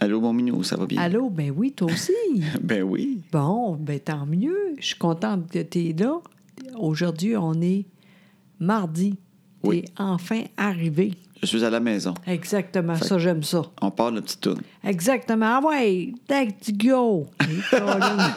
Allô, mon minou, ça va bien? Allô, ben oui, toi aussi. Ben oui. bon, ben tant mieux. Je suis contente que tu es là. Aujourd'hui, on est mardi. Oui. T'es enfin arrivé. Je suis à la maison. Exactement, Fait- ça, j'aime ça. On part notre petite toune. Exactement. Ah ouais, tac, tu go. Et Colin.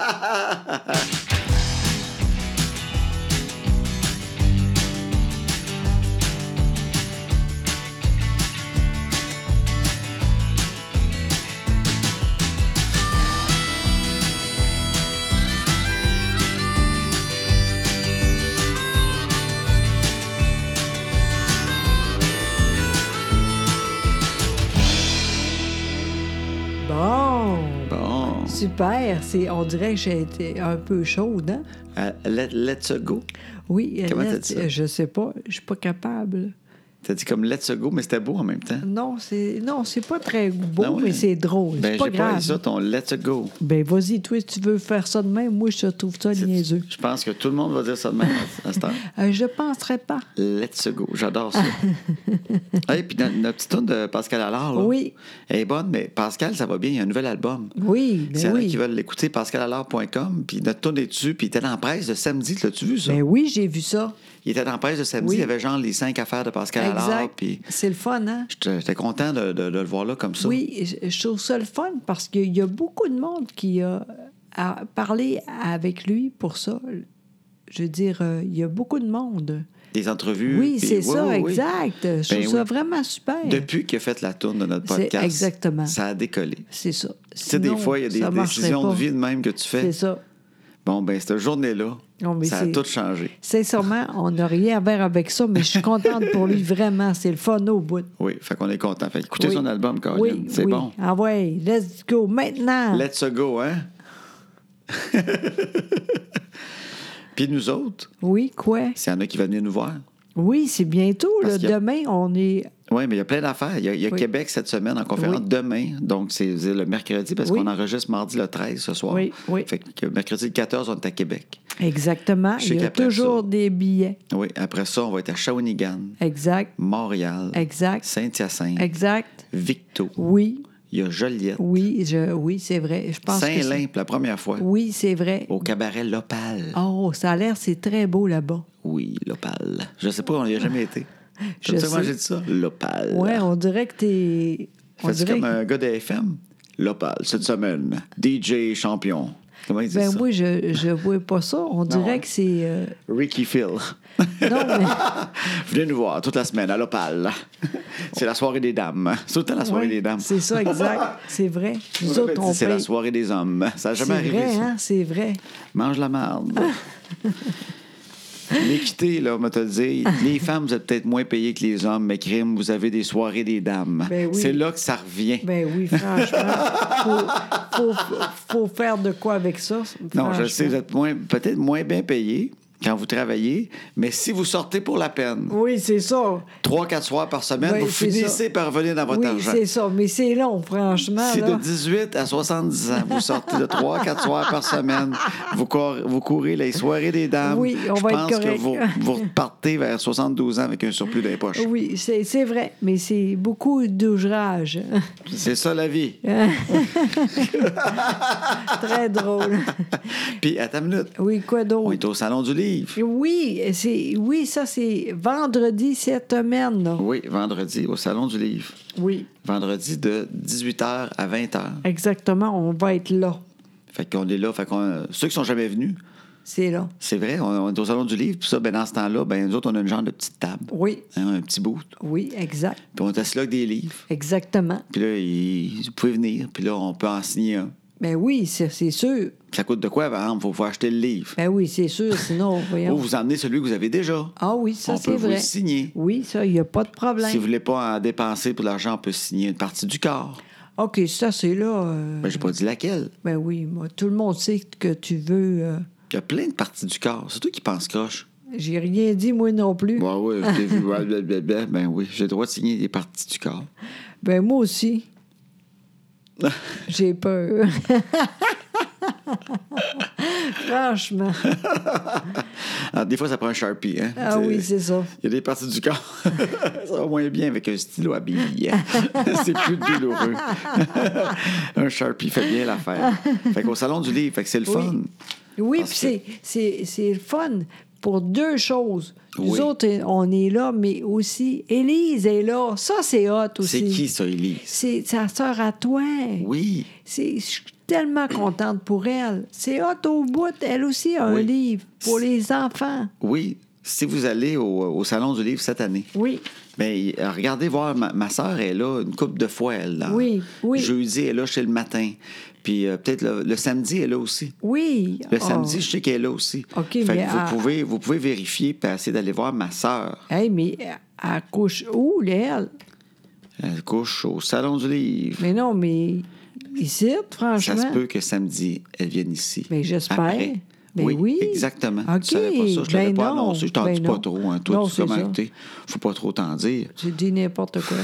bon. Bon. Super. C'est, on dirait que j'ai été un peu chaude, hein? Euh, let, let's go. Oui, Comment là, t'as dit ça? je sais pas. Je suis pas capable. T'as dit comme let's go, mais c'était beau en même temps. Non, c'est non, c'est pas très beau, Non, Ben ouais. mais c'est drôle. Ben, c'est j'ai pas pas, grave. aimé ça, ton let's go. Ben vas-y, toi, si tu veux faire ça de même, moi, je trouve ça niaiseux. Je pense que tout le monde va dire ça de même à- à cette heure. Euh, je penserais pas. Let's go. J'adore ça. Et puis notre, notre petite toune de Pascal Allard, là, Oui. elle est bonne, mais Pascal, ça va bien. Il y a un nouvel album. Oui, S'il y ben en a oui. qui veulent l'écouter, pascalallard.com. Puis notre tourne est dessus. Puis il était dans la presse de samedi. L'as-tu vu, ça? Ben oui, j'ai vu ça. Il était dans la presse de samedi. Oui. Il y avait genre les cinq affaires de Pascal Allard. Exact. Puis C'est le fun, hein? j'étais j'étais content de, de- de le voir là comme ça. Oui, je- je trouve ça le fun parce qu'il y a beaucoup de monde qui a, a parlé avec lui pour ça. Je veux dire, euh, il y a beaucoup de monde. Des entrevues. Oui, Euh, puis- c'est oui, ça, oui, oui. exact. Je trouve Ben ça oui. vraiment super. Depuis qu'il a fait la tourne de notre C'est podcast, exactement. ça a décollé. Tu C'est ça. sais, des Sinon, fois, il y a ça des marcherait décisions de pas. vie de même que tu fais. C'est ça. Bon, ben cette journée-là, Non, mais ça a c'est- tout changé. Sincèrement, on n'a rien à voir avec ça, mais je suis contente pour lui, vraiment. C'est le fun au bout. Oui, fait qu'on est content. Fait écoutez Oui. son album, Caroline. Oui, Ah. c'est oui. bon. Ah ouais, let's go maintenant. Let's go, hein? Puis nous autres, Oui, quoi? s'il y en a qui veulent venir nous voir. Oui, c'est bientôt. Parce Là. qu'il y a- Demain, on est... Oui, mais il y a plein d'affaires. Il y a, il y a Oui. Québec cette semaine en conférence Oui. demain. Donc, c'est c'est le mercredi parce Oui. qu'on enregistre mardi le 13 ce soir. Oui, oui. Fait que mercredi le 14, on est à Québec. Exactement. Je sais Il y a qu'après toujours ça- des billets. Oui, après ça, on va être à Shawinigan, Exact, Montréal, exact, Saint-Hyacinthe, exact. Victo. Oui, Il y a Joliette, oui, je, oui, c'est vrai. Je pense que Saint-Lin Oh. pour la première fois, c'est- Oui, c'est vrai. au cabaret L'Opale. Oh, ça a l'air, c'est très beau là-bas. Oui, L'Opale. Je sais pas, on n'y a jamais été. Je Je sais comment sais. j'ai dit ça. L'Opale. Ouais, on dirait que t'es. On Fais-tu Ah. dirait comme euh, que- un gars de FM? L'Opale, cette semaine. DJ champion. Comment ils disent Ben ça? moi, je, je vois pas ça. On dirait hein. que c'est. euh, Ricky Phil. Non, mais. Venez nous voir toute la semaine à l'Opale. C'est la soirée des dames. C'est tout le temps la soirée Ouais, des dames. C'est ça, exact. C'est vrai. Nous autres, on C'est la paye. soirée des hommes. Ça n'a C'est jamais arrivé. vrai, ça. hein? C'est vrai. Mange la marde. L'équité, là, on va te le dire. Les femmes, vous êtes peut-être moins payées que les hommes, mais crime, vous avez des soirées des dames. Ben oui. C'est là que ça revient. Ben oui, franchement. Faut, faut, faut faire de quoi avec ça. non, je franchement. sais, vous êtes moins, peut-être moins bien payés quand vous travaillez, mais si vous sortez pour la peine, Oui, c'est ça. trois, quatre soirs par semaine, Ben, vous c'est finissez ça. par revenir dans votre oui, argent. c'est ça. Mais c'est long, franchement. Si de là. 18 à 70 ans, vous sortez de 3 4 soirs par semaine, vous, cour- vous courez les soirées des dames, Oui, on je va être pense que correct. vous, vous repartez vers 72 ans avec un surplus dans les poches. Oui, c'est c'est vrai, mais c'est beaucoup d'ouvrage. C'est ça la vie. Très drôle. Puis, à ta minute, Oui, quoi on d'autre? est au Salon du Livre. Oui, c'est oui, ça c'est vendredi cette semaine. là. Oui, vendredi, au Salon du Livre. Oui, Vendredi de 18h à 20h. exactement, on va être là. Fait qu'on est là. Fait qu'on, ceux qui sont jamais venus, C'est là. c'est vrai, on, on est au Salon du Livre. Puis ça, ben, dans ce temps-là, ben, nous autres, on a une genre de petite table, Oui, hein, un petit bout. oui, exact. Puis on est assis là avec des livres. Exactement. Puis là, ils, vous pouvez venir. Puis là, on peut en signer un. Ben oui, c'est c'est sûr. Ça coûte de quoi, par exemple? Faut, faut acheter le livre. Ben oui, c'est sûr, sinon voyons. Ou Oh, vous emmenez celui que vous avez déjà. Ben, oh. Ah oui, ça on peut c'est vous le vrai. signer. Oui, ça, il n'y a pas de Si problème. vous voulez pas en dépenser pour l'argent, on peut signer une partie du corps. OK, ça c'est là. euh, Ben, j'ai pas dit laquelle. ben oui, moi, tout le monde sait que tu veux. euh, Il y a plein de parties du corps. C'est toi qui penses croche. J'ai rien dit, moi non plus. Ben oui, je t'ai vu. blablabla. Ben oui, j'ai le droit de signer des parties du corps. Ben moi aussi. J'ai peur. Franchement. Ah, des fois, ça prend un Sharpie. Hein? Ah oui, c'est ça. Il y a des parties du corps. ça va moins bien avec un stylo à billes. c'est plus douloureux. un Sharpie fait bien l'affaire. Fait qu'au salon du livre, fait que c'est le Oui. fun. Oui, Parce puis c'est- c'est c'est le fun pour deux choses. Nous Oui. autres, on est là, mais aussi Élise est là. Ça, c'est hot aussi. C'est qui ça, Elise? C'est sa sœur à toi. Oui. C'est- Je suis tellement contente pour elle. C'est hot au bout. Elle aussi a un Oui. livre pour les enfants. Oui. Si vous allez au, au salon du livre cette année, Oui. Ben, regardez voir, ma, sœur est là une couple de fois, elle. là. Oui, oui. Jeudi, elle est là chez le matin. Puis euh, peut-être le, le samedi, elle est là aussi. Oui. Le Oh. samedi, je sais qu'elle est là aussi. OK, fait que mais vous, à- pouvez, vous pouvez vérifier puis essayer d'aller voir ma sœur. Hey, mais elle- elle couche où, là, elle? Elle Euh, couche au Salon du Livre. Mais non, mais ici, franchement. Ça se peut que samedi, elle vienne ici. Ben, j'espère. Après. Ben oui. Exactement. OK. Tu savais pas ça, je l'avais Ben pas non. annoncé. Je t'en Ben dis pas non. trop. Hein. Toi, Non, tu sais c'est comment ça. t'es. Faut pas trop t'en dire. J'ai dit n'importe quoi.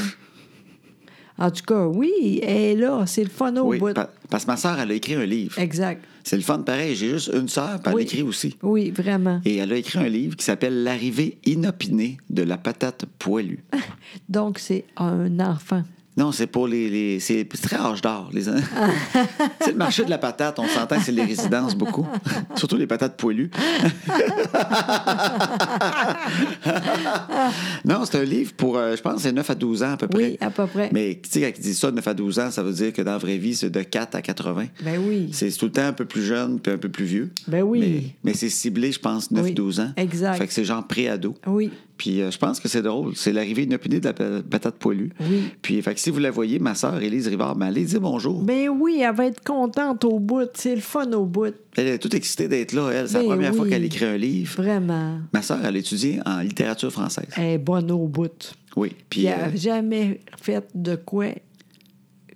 en tout cas, oui, elle est là. C'est le fun au oui, bout. pa- parce que ma sœur, elle a écrit un livre. Exact. C'est le fun pareil. J'ai juste une sœur, puis elle Oui. écrit aussi. Oui, vraiment. Et elle a écrit un livre qui s'appelle L'arrivée inopinée de la patate poilue. Donc, c'est un enfant. Non, c'est pour les. les- c'est très âge d'or. Les... c'est le marché de la patate, on s'entend que c'est les résidences beaucoup. Surtout les patates poilues. non, c'est un livre pour, euh, je pense, que c'est 9 à 12 ans à peu près. Oui, ah à peu près. Mais tu sais, quand ils disent ça, 9 à 12 ans, ça veut dire que dans la vraie vie, c'est de 4 à 80. Ben oui. C'est tout le temps un peu plus jeune puis un peu plus vieux. Ben oui. Mais, mais c'est ciblé, je pense, 9-12 Oui, ans. exact. Fait que c'est genre pré-ado. Oui. Puis euh, je pense que c'est drôle. C'est l'arrivée inopinée de la pa- patate poilue. Oui. Puis fait que si vous la voyez, ma sœur Élise Rivard, ben, allez dire bonjour. Ben oui, elle va être contente au bout. C'est le fun au bout. Elle est toute excitée d'être là, elle. C'est la Ben première fois oui. qu'elle écrit un livre. Vraiment. Ma sœur, elle étudie en littérature française. Elle est bonne au bout. Oui. Puis Puis elle euh, n'a jamais fait de quoi. ben,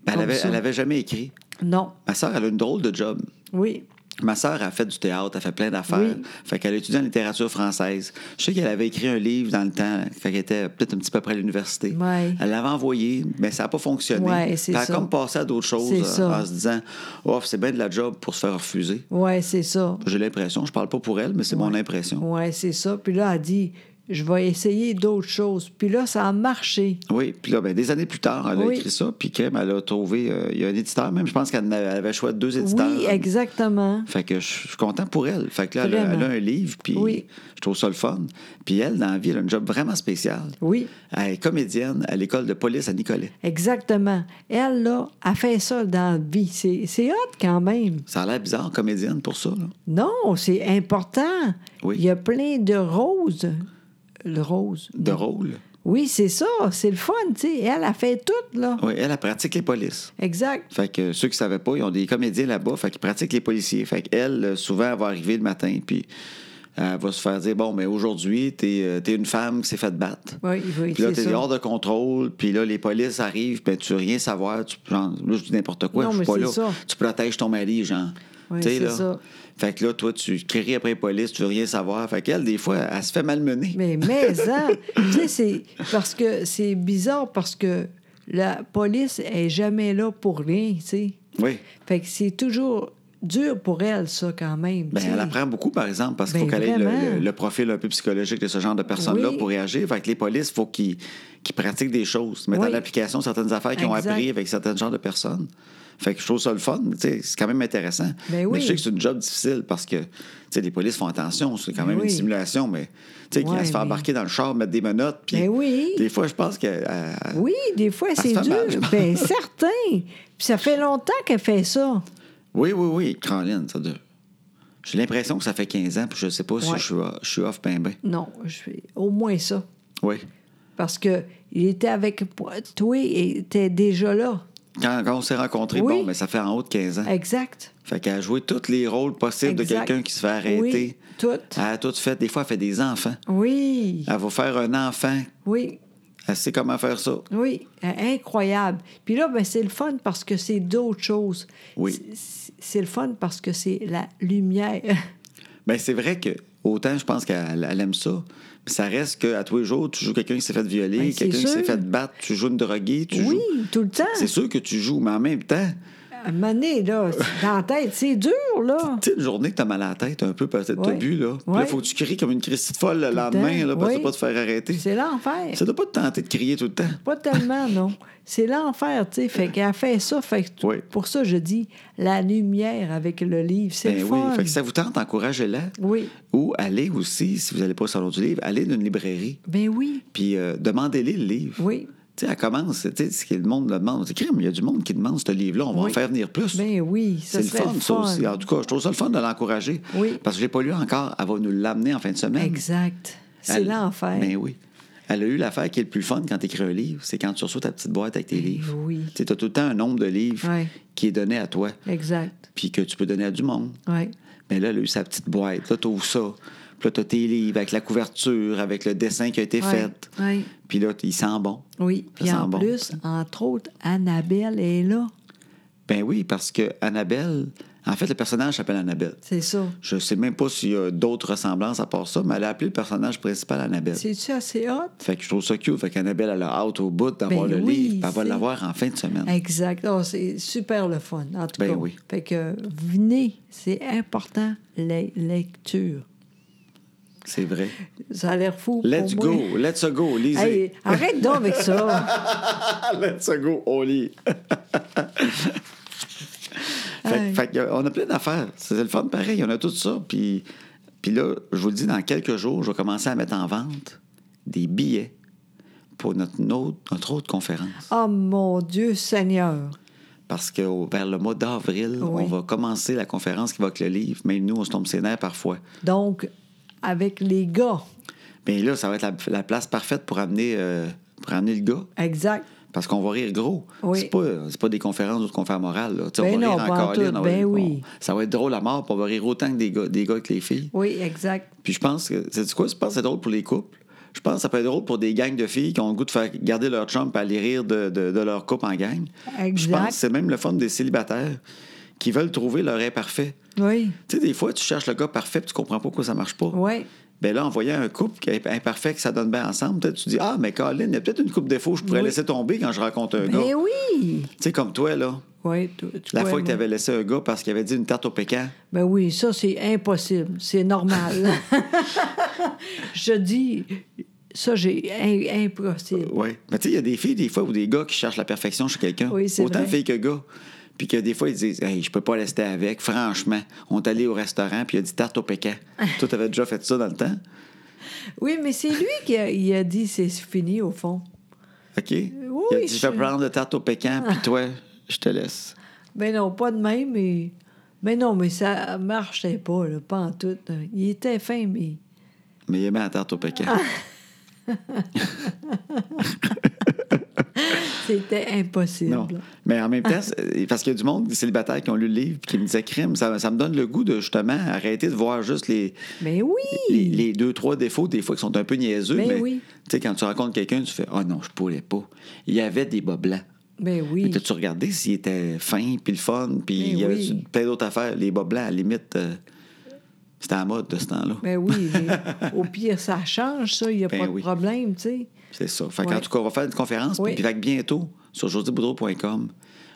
elle, comme avait, ça. elle avait jamais écrit. Non. Ma sœur, elle a une drôle de job. Oui. Ma sœur a fait du théâtre, elle fait plein d'affaires. Oui. Fait qu'elle étudie en littérature française. Je sais qu'elle avait écrit un livre dans le temps, fait qu'elle était peut-être un petit peu après l'université. Ouais. Elle l'avait envoyé, mais ça n'a pas fonctionné. Ouais, c'est Puis elle ça. a comme passé à d'autres choses C'est euh, ça. en se disant Oh, c'est bien de la job pour se faire refuser. Oui, c'est ça. J'ai l'impression, je parle pas pour elle, mais c'est mon impression. Oui, c'est ça. Puis là, elle dit Je vais essayer d'autres choses. Puis là, ça a marché. Oui, puis là, ben, des années plus tard, elle a Oui. écrit ça, puis crème, elle a trouvé, euh, il y a un éditeur, même, je pense qu'elle en avait- elle avait le choix de deux éditeurs. Oui, exactement. Fait que je je suis content pour elle. Fait que là, elle a, Vraiment. elle a un livre, puis Oui. je trouve ça le fun. Puis elle, dans la vie, elle a un job vraiment spécial. Oui. Elle est comédienne à l'école de police à Nicolet. Exactement. Elle, là, a fait ça dans la vie. C'est c'est hot quand même. Ça a l'air bizarre, comédienne, pour ça. là. Non, c'est important. Oui. Il y a plein de roses. Le rose. De rôle. Oui, c'est ça. C'est le fun, tu sais. Elle a fait tout, là. Oui, elle, elle pratique les polices. Exact. Fait que ceux qui ne savaient pas, ils ont des comédiens là-bas, fait qu'ils pratiquent les policiers. Fait qu'elle, euh, souvent, elle va arriver le matin, puis elle va se faire dire Bon, mais aujourd'hui, t'es euh, t'es une femme qui s'est faite battre. Oui, oui, Puis là, c'est t'es ça. hors de contrôle, puis là, les polices arrivent, puis tu veux rien savoir. Tu, genre, là, je dis n'importe quoi, Non, je suis mais pas c'est là. ça. Tu protèges ton mari, genre. Oui, Tu sais, c'est là. ça. Fait que là, toi, tu cries après les polices, tu veux rien savoir. Fait qu'elle, des fois, elle se fait malmener. Mais mais hein, tu sais, c'est parce que c'est bizarre parce que la police est jamais là pour rien, tu sais. Oui. Fait que c'est toujours dur pour elle, ça, quand même. Ben, tu sais. elle apprend beaucoup, par exemple, parce qu'il faut Ben, qu'elle ait le- vraiment. le, le profil un peu psychologique de ce genre de personnes-là Oui. pour réagir. Fait que les polices, il faut qu'ils qu'ils pratiquent des choses, mettre Oui. en application certaines affaires qu'ils ont Exact. appris avec certains genres de personnes. Fait que je trouve ça le fun. tu sais, C'est quand même intéressant. Ben oui. Mais je sais que c'est une job difficile parce que tu sais, les polices font attention. C'est quand Ben même une oui. simulation, mais tu sais, Ouais, qu'elle se fait mais- embarquer dans le char, mettre des menottes. puis Ben oui. Des fois, je pense euh, qu'elle. elle- Oui, des fois, se c'est fait dur. Ah, mal, je pense. Bien, certain. Puis ça fait longtemps qu'elle fait ça. Oui, oui, oui. Caroline, ça doit- J'ai l'impression que ça fait 15 ans, puis je sais pas si Ouais. je suis, je suis off ben ben. Non, je fais au moins ça. Oui. Parce que il était avec toi et était déjà là. Quand, quand on s'est rencontrés, Oui. bon, mais ça fait en haut de 15 ans. Exact. Fait qu'elle a joué tous les rôles possibles de Exact. quelqu'un qui se fait arrêter. Ah. Oui, toutes. Elle a tout fait. Des fois, elle fait des enfants. Oui, Elle va faire un enfant. oui, Elle sait comment faire ça. oui. Euh, Incroyable. Puis là, ben, c'est le fun parce que c'est d'autres choses. Oui. C'est- C'est c'est le fun parce que c'est la lumière. Mais Ben, c'est vrai que autant je pense qu'elle elle aime ça, mais ça reste qu'à tous les jours, tu joues quelqu'un qui s'est fait violer, Ben, c'est quelqu'un qui s'est sûr. fait battre, tu joues une droguée, tu oui, joues. tout le temps. C'est sûr que tu joues, mais en même temps, À un moment donné, là, c'est dans la tête, c'est dur, là. Tu sais, une journée que t'as mal à la tête un peu, parce que t'as Ouais. bu, là. Puis là, Ouais. faut que tu cries comme une crise de folle le le lendemain, temps, là, parce que oui. pas te faire arrêter. C'est l'enfer. Ça doit pas te tenter de crier tout le temps. Pas tellement, non. C'est l'enfer, tu sais. Fait qu'elle fait ça. Fait que Oui. pour ça, je dis la lumière avec le livre. C'est Ben le oui. fun. Fait que si ça vous tente, encouragez-la. Oui. Ou allez aussi, si vous n'allez pas au Salon du Livre, allez dans une librairie. Ben oui. Puis euh, demandez-les le livre. Oui. Tu sais, elle commence. Tu sais, ce que le monde demande. C'est crime, il y a du monde qui demande ce livre-là. On va Oui. en faire venir plus. Ben oui. C'est Ça le serait fun, ça aussi. En tout cas, je trouve ça le fun de l'encourager. Oui. Parce que je l'ai pas lu encore. Elle va nous l'amener en fin de semaine. Exact. C'est Elle- l'enfer. Ben oui. Elle a eu l'affaire qui est le plus fun quand tu écris un livre, c'est quand tu reçois ta petite boîte avec tes livres. Ben oui. Tu as tout le temps un nombre de livres Ouais. qui est donné à toi, Exact. puis que tu peux donner à du monde. Oui. Mais là, elle a eu sa petite boîte. Là, tu ouvres ça. Puis là, tu tes livres avec la couverture, avec le dessin qui a été Ouais. fait. Ouais. Puis là, il sent bon. Oui. Puis sent en bon, plus, ça. entre autres, Annabelle est là. Ben oui, parce que Annabelle, en fait, le personnage s'appelle Annabelle. C'est ça. Je sais même pas s'il y a d'autres ressemblances à part ça, mais elle a appelé le personnage principal Annabelle. C'est-tu assez hot? Fait que je trouve ça cute. Fait qu'Annabelle, elle a hâte au bout d'avoir Ben le oui, livre. puis Elle va c'est- l'avoir en fin de semaine. Exact. Ah, c'est super le fun, en tout Ben cas. oui. Fait que venez, c'est important, les lectures. C'est vrai. Ça a l'air fou. pour Let's moi. go. Let's go. Lisez. Hey, arrête donc avec ça. Let's go. On lit. fait, Hey. fait que, euh, on a plein d'affaires. C'est le fun pareil. On a tout ça. Puis, puis là, je vous le dis, dans quelques jours, je vais commencer à mettre en vente des billets pour notre, autre- notre autre conférence. Oh mon Dieu Seigneur. Parce que au- vers le mois d'avril, Oui. on va commencer la conférence qui va avec le livre. Mais nous, on se tombe ses nerfs parfois. Donc, avec les gars, Mais là, ça va être la, la place parfaite pour amener, euh, pour amener le gars. exact. Parce qu'on va rire gros. Oui. C'est pas, c'est pas des conférences ou de conférences morales. Là. Tu sais, Ben on va non, rire pas en encore. tout. Ben oui. ça va être drôle à mort. puis On va rire autant que des gars, des gars que les filles. Oui, exact. Puis je pense que. C'est quoi? Je pense que c'est drôle pour les couples. Je pense que ça peut être drôle pour des gangs de filles qui ont le goût de faire garder leur chum et aller rire de, de- de leur couple en gang. Exact. Je pense que c'est même le fun des célibataires qui veulent trouver leur imparfait. Oui, Tu sais, des fois, tu cherches le gars parfait puis tu comprends pas pourquoi ça marche pas. oui. Ben là, en voyant un couple qui est imparfait, que ça donne bien ensemble, peut-être tu dis Ah, mais Colin, il y a peut-être une coupe défaut, je pourrais Oui. Ben laisser tomber quand je rencontre un gars. Mais oui. Tu sais, comme toi, là, Oui, tu- tu Ben la vois, fois que tu moi. avais laissé un gars parce qu'il avait dit une tarte au pécan. Ben oui, ça, c'est impossible. C'est normal. Je dis, ça, j'ai im- impossible. Oui. Mais tu sais, il y a des filles, des fois, ou des gars qui cherchent la perfection chez quelqu'un. Oui, c'est Autant vrai. filles que gars. Puis que des fois, ils disent Hey, je peux pas rester avec, franchement. On est allé au restaurant, puis il a dit tarte au pécan. toi, t'avais déjà fait ça dans le temps. Oui, mais c'est lui qui a, il a dit c'est fini au fond. OK? il a dit Je je- Ah. vais prendre le tarte au pécan, puis toi, je te laisse. Ben non, pas de même, mais. Mais non, mais ça marchait pas, là, pas en tout. là. Il était fin, mais. Mais il aimait la tarte au pécan. Ah, C'était impossible. Non. Mais en même temps, c'est- parce qu'il y a du monde, des célibataires qui ont lu le livre puis qui me disaient crime, ça, ça me donne le goût de justement arrêter de voir juste les, Mais oui! les, les deux, trois défauts, des fois qui sont un peu niaiseux. Ben mais oui. tu sais, quand tu rencontres quelqu'un, tu fais Ah non, je pourrais pas. Il y avait des bas blancs. Mais oui. Mais tu regardé s'il était fin, puis le fun, puis Ben il y avait oui. plein d'autres affaires. Les bas blancs, à la limite, euh, c'était en mode de ce temps-là. Ben oui, mais au pire, ça change, ça, il n'y a Ben pas oui. de problème, tu sais. C'est ça. Fait Ouais. En tout cas, on va faire une conférence, Oui. puis fait que bientôt, sur josiboudreau.com,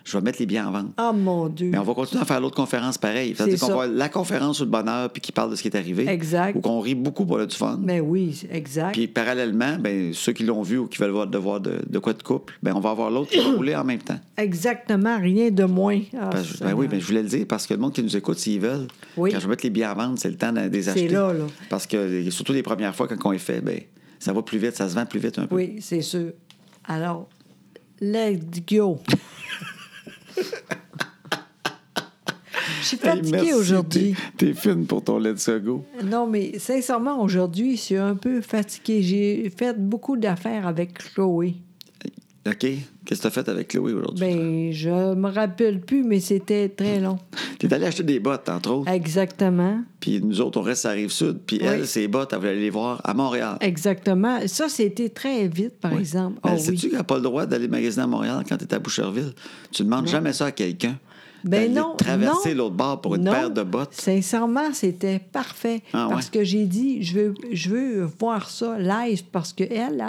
je vais mettre les biens en vente. Ah mon Dieu! Mais on va continuer à faire l'autre conférence pareil. C'est-à-dire C'est qu'on ça. va avoir la conférence sur le bonheur puis qui parle de ce qui est arrivé. Exact. Ou qu'on rit beaucoup pour le du fun. Ben oui, c'est exact. Puis parallèlement, ben, ceux qui l'ont vu ou qui veulent voir, de voir de, de quoi de couple, ben, on va avoir l'autre qui va rouler en même temps. Exactement, rien de moins. Ah, Parce- ben Seigneur. oui, ben, je voulais le dire parce que le monde qui nous écoute, s'ils veulent, Oui. quand je vais mettre les billets à vendre, c'est le temps de les acheter. là, là. Parce que surtout les premières fois, quand on est fait, ben, ça va plus vite, ça se vend plus vite un peu. Oui, c'est sûr. Alors, let's go. Je suis Hey, merci, fatiguée aujourd'hui. t'es- T'es fine pour ton Let's Go. Non, mais sincèrement, aujourd'hui, je suis un peu fatiguée. J'ai fait beaucoup d'affaires avec Chloé. OK. Qu'est-ce que t'as fait avec Chloé aujourd'hui? Ben, je me rappelle plus, mais c'était très long. T'es allé acheter des bottes, entre autres. Exactement. Puis nous autres, on reste à la rive sud. Puis Oui. elle, ses bottes, elle voulait aller les voir à Montréal. Exactement. Ça, c'était très vite, par Oui. exemple. Mais Ah Ben, sais-tu oui. qu'elle n'a pas le droit d'aller magasiner à Montréal quand tu es à Boucherville? Tu demandes jamais ça à quelqu'un. Ben D'aller non, Traverser non. l'autre bord pour une Non, paire de bottes. Sincèrement, c'était parfait. Ah parce ouais? que j'ai dit, je veux, je veux voir ça live parce qu'elle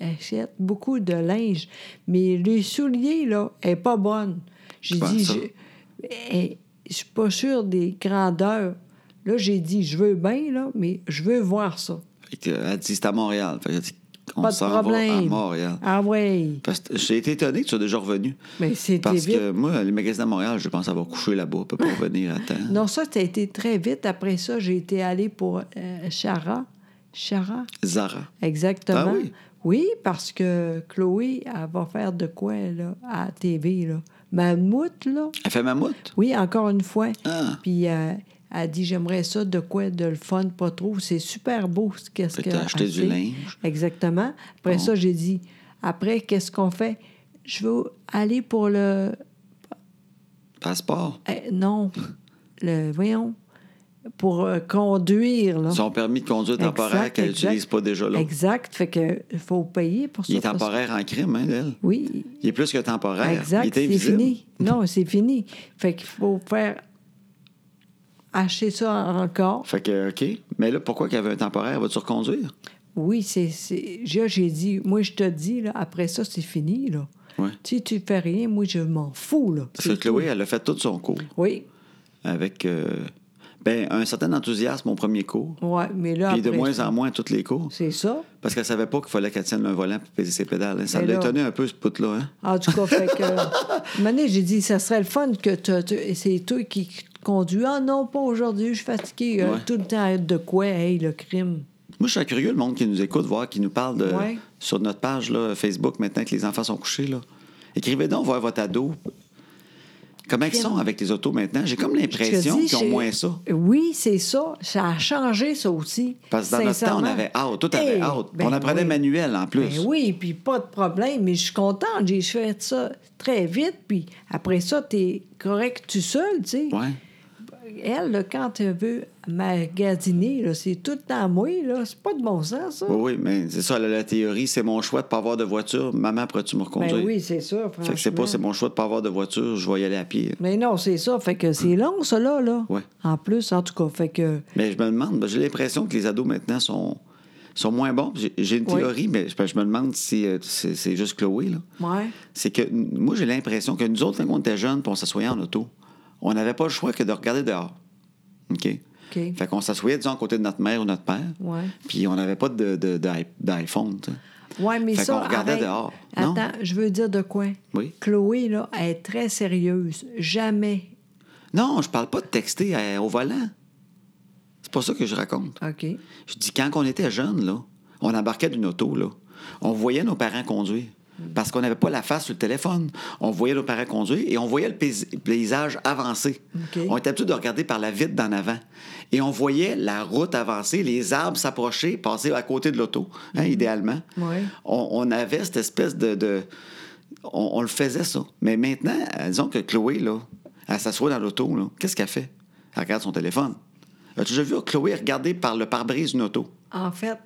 achète beaucoup de linge. Mais les souliers, là, elle est pas bonne. J'ai Ouais, dit, ça. je eh, je suis pas sûre des grandeurs. Là, j'ai dit, je veux bien, là, mais je veux voir ça. Fait que, Elle a dit, c'est à Montréal. Fait que j'ai dit, on Pas de s'en va à problème. Montréal. Ah ouais, Parce que j'ai été étonné que tu sois déjà revenu. mais c'était Parce vite. que moi, les magasins à Montréal, je pense avoir couché là-bas, peut pas revenir à temps. Non, ça, ça a été très vite. Après ça, j'ai été allée pour euh, Chara. Chara, Zara. exactement. Ah oui? Oui, parce que Chloé, elle va faire de quoi, là, à la TV, là? Mammouth, là? Elle fait mammouth? Oui, encore une fois. Ah! Puis euh, elle dit J'aimerais ça de quoi de le fun, pas trop. C'est super beau ce qu'est-ce Fait que. que t'as acheté elle du fait. linge. Exactement. Après Bon. ça, j'ai dit Après, qu'est-ce qu'on fait Je veux aller pour le. Passeport. eh, non, le. Voyons. Pour euh, conduire, là. Son permis de conduire temporaire Exact, qu'elle exact. n'utilise pas déjà là. Exact. Fait que faut payer pour ça. Il est parce- temporaire en crime, hein, elle? Oui. Il est plus que temporaire. il Exact. est C'est invisible. fini. Non, c'est fini. Fait qu'il faut faire. Acheter ça encore. Fait que, OK. Mais là, pourquoi qu'elle avait un temporaire? Va-tu reconduire? Oui, c'est. c'est- Là, j'ai dit, moi, je te dis, là, après ça, c'est fini, là. Ouais. Si tu fais rien, moi, je m'en fous, là. Parce que C'est Chloé, elle a fait tout son cours tout. Oui, avec euh, ben, un certain enthousiasme au premier cours. ouais, mais là. Puis de après, moins en moins à tous les cours. C'est ça. Parce qu'elle savait pas qu'il fallait qu'elle tienne un volant pour peser ses pédales. hein. Ça Mais l'a là- étonné un peu, ce pute-là. Hein? En tout cas, fait que. une année, j'ai dit, ça serait le fun que tu- tu- et c'est toi qui te conduis. Ah non, pas aujourd'hui, je suis fatiguée. Euh, Ouais. Tout le temps, être de quoi, hey, le crime. Moi, je serais curieux, le monde qui nous écoute, voir qui nous parle de, Ouais. sur notre page là, Facebook maintenant que les enfants sont couchés. Là. Écrivez donc, voir votre ado. Comment ils sont avec les autos maintenant? J'ai comme Je te l'impression dis, qu'ils ont c'est- moins ça. Oui, c'est ça. Ça a changé, ça aussi. Parce que dans notre temps, on Sincèrement. avait hâte. Tout avait Eh, hâte. ben on apprenait oui. manuel en plus. Ben oui, puis pas de problème, mais je suis contente, j'ai fait ça très vite, puis après ça, t'es correct tout seul, tu sais. Ouais. Elle, là, quand elle veut magasiner, là, c'est tout le temps moi, là, c'est pas de bon sens, ça. Oui, oui, mais c'est ça, la, la théorie, c'est mon choix de pas avoir de voiture. Maman, pourrais-tu me reconduire? ben oui, c'est ça, franchement. fait que c'est pas, c'est mon choix de pas avoir de voiture, je vais y aller à pied. Mais non, c'est ça, fait que c'est long, ça, là, là. Ouais. En plus, en tout cas, fait que... Mais je me demande, ben, j'ai l'impression que les ados maintenant sont, sont moins bons. J'ai- J'ai une Oui. théorie, mais je, je me demande si euh, c'est c'est juste Chloé, là. Ouais. C'est que n- moi, j'ai l'impression que nous autres, quand on était jeunes, puis on s'assoyait en auto, on n'avait pas le choix que de regarder dehors. OK? OK. Fait qu'on s'assoyait, disons, à côté de notre mère ou notre père. Ouais. Puis on n'avait pas d'iPhone. De, d'i- d'iPhone, tu sais. Ouais, mais Fait ça... qu'on regardait arrête. dehors, non? Attends, je veux dire de quoi? Oui. Chloé, là, elle est très sérieuse. Jamais. Non, je parle pas de texter à- au volant. C'est pas ça que je raconte. OK. Je dis, quand on était jeune, là, on embarquait d'une auto, là, on voyait nos parents conduire. Parce qu'on n'avait pas la face sur le téléphone. On voyait nos parents conduire et on voyait le pais- paysage avancer. OK. On était habitué de regarder par la vitre d'en avant. Et on voyait la route avancer, les arbres s'approcher, passer à côté de l'auto, hein, idéalement. Ouais. On, on avait cette espèce de... de- On, on le faisait, ça. Mais maintenant, euh, disons que Chloé, là, elle s'assoit dans l'auto, là. qu'est-ce qu'elle fait? Elle regarde son téléphone. As-tu déjà vu Chloé regarder par le pare-brise d'une auto? En fait,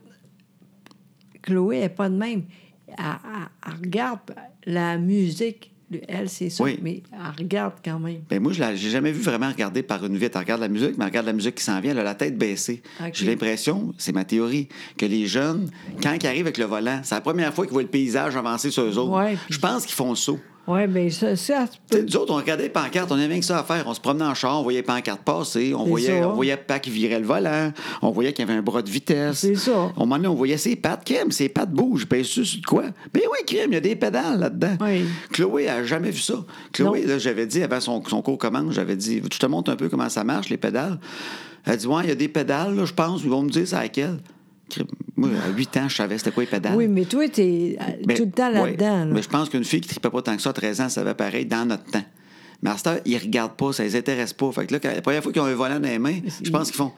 Chloé n'est pas de même. Elle, elle- elle regarde la musique. Elle, c'est ça, Oui. mais elle regarde quand même. Ben moi, je l'ai j'ai jamais vu vraiment regarder par une vitre. Elle regarde la musique, mais elle regarde la musique qui s'en vient, elle a la tête baissée. Ok. J'ai l'impression, c'est ma théorie, que les jeunes, quand ils arrivent avec le volant, c'est la première fois qu'ils voient le paysage avancer sur eux autres. Ouais, puis- Je pense qu'ils font le saut. Oui, bien, ça, ça se Tu peut. sais, nous autres, on regardait les pancartes, on avait rien que ça à faire. On se promenait en char, on voyait les pancartes passer, on C'est voyait, ça. on voyait Pac qui virait le volant, on voyait qu'il y avait un bras de vitesse. C'est ça. À un moment donné, on voyait ses pattes, Kim, ses pattes bougent, pèse sur de quoi? Ben oui, Kim, il y a des pédales là-dedans. Oui. Chloé a jamais vu ça. Chloé, Non. là, j'avais dit avant son, son cours commence, j'avais dit, Veux-tu que je te montre un peu comment ça marche, les pédales. Elle dit, ouais, il y a des pédales, là, je pense, ils vont me dire c'est laquelle. Crime. Moi, à 8 ans, je savais c'était quoi les pédales. Oui, mais toi, tu es tout le temps ouais, là-dedans. là. Mais je pense qu'une fille qui ne tripait pas tant que ça à 13 ans, ça va pareil dans notre temps. Mais à cette heure, ils ne regardent pas, ça les intéresse pas. Fait que là, quand- la première fois qu'ils ont un volant dans les mains, je pense qu'ils font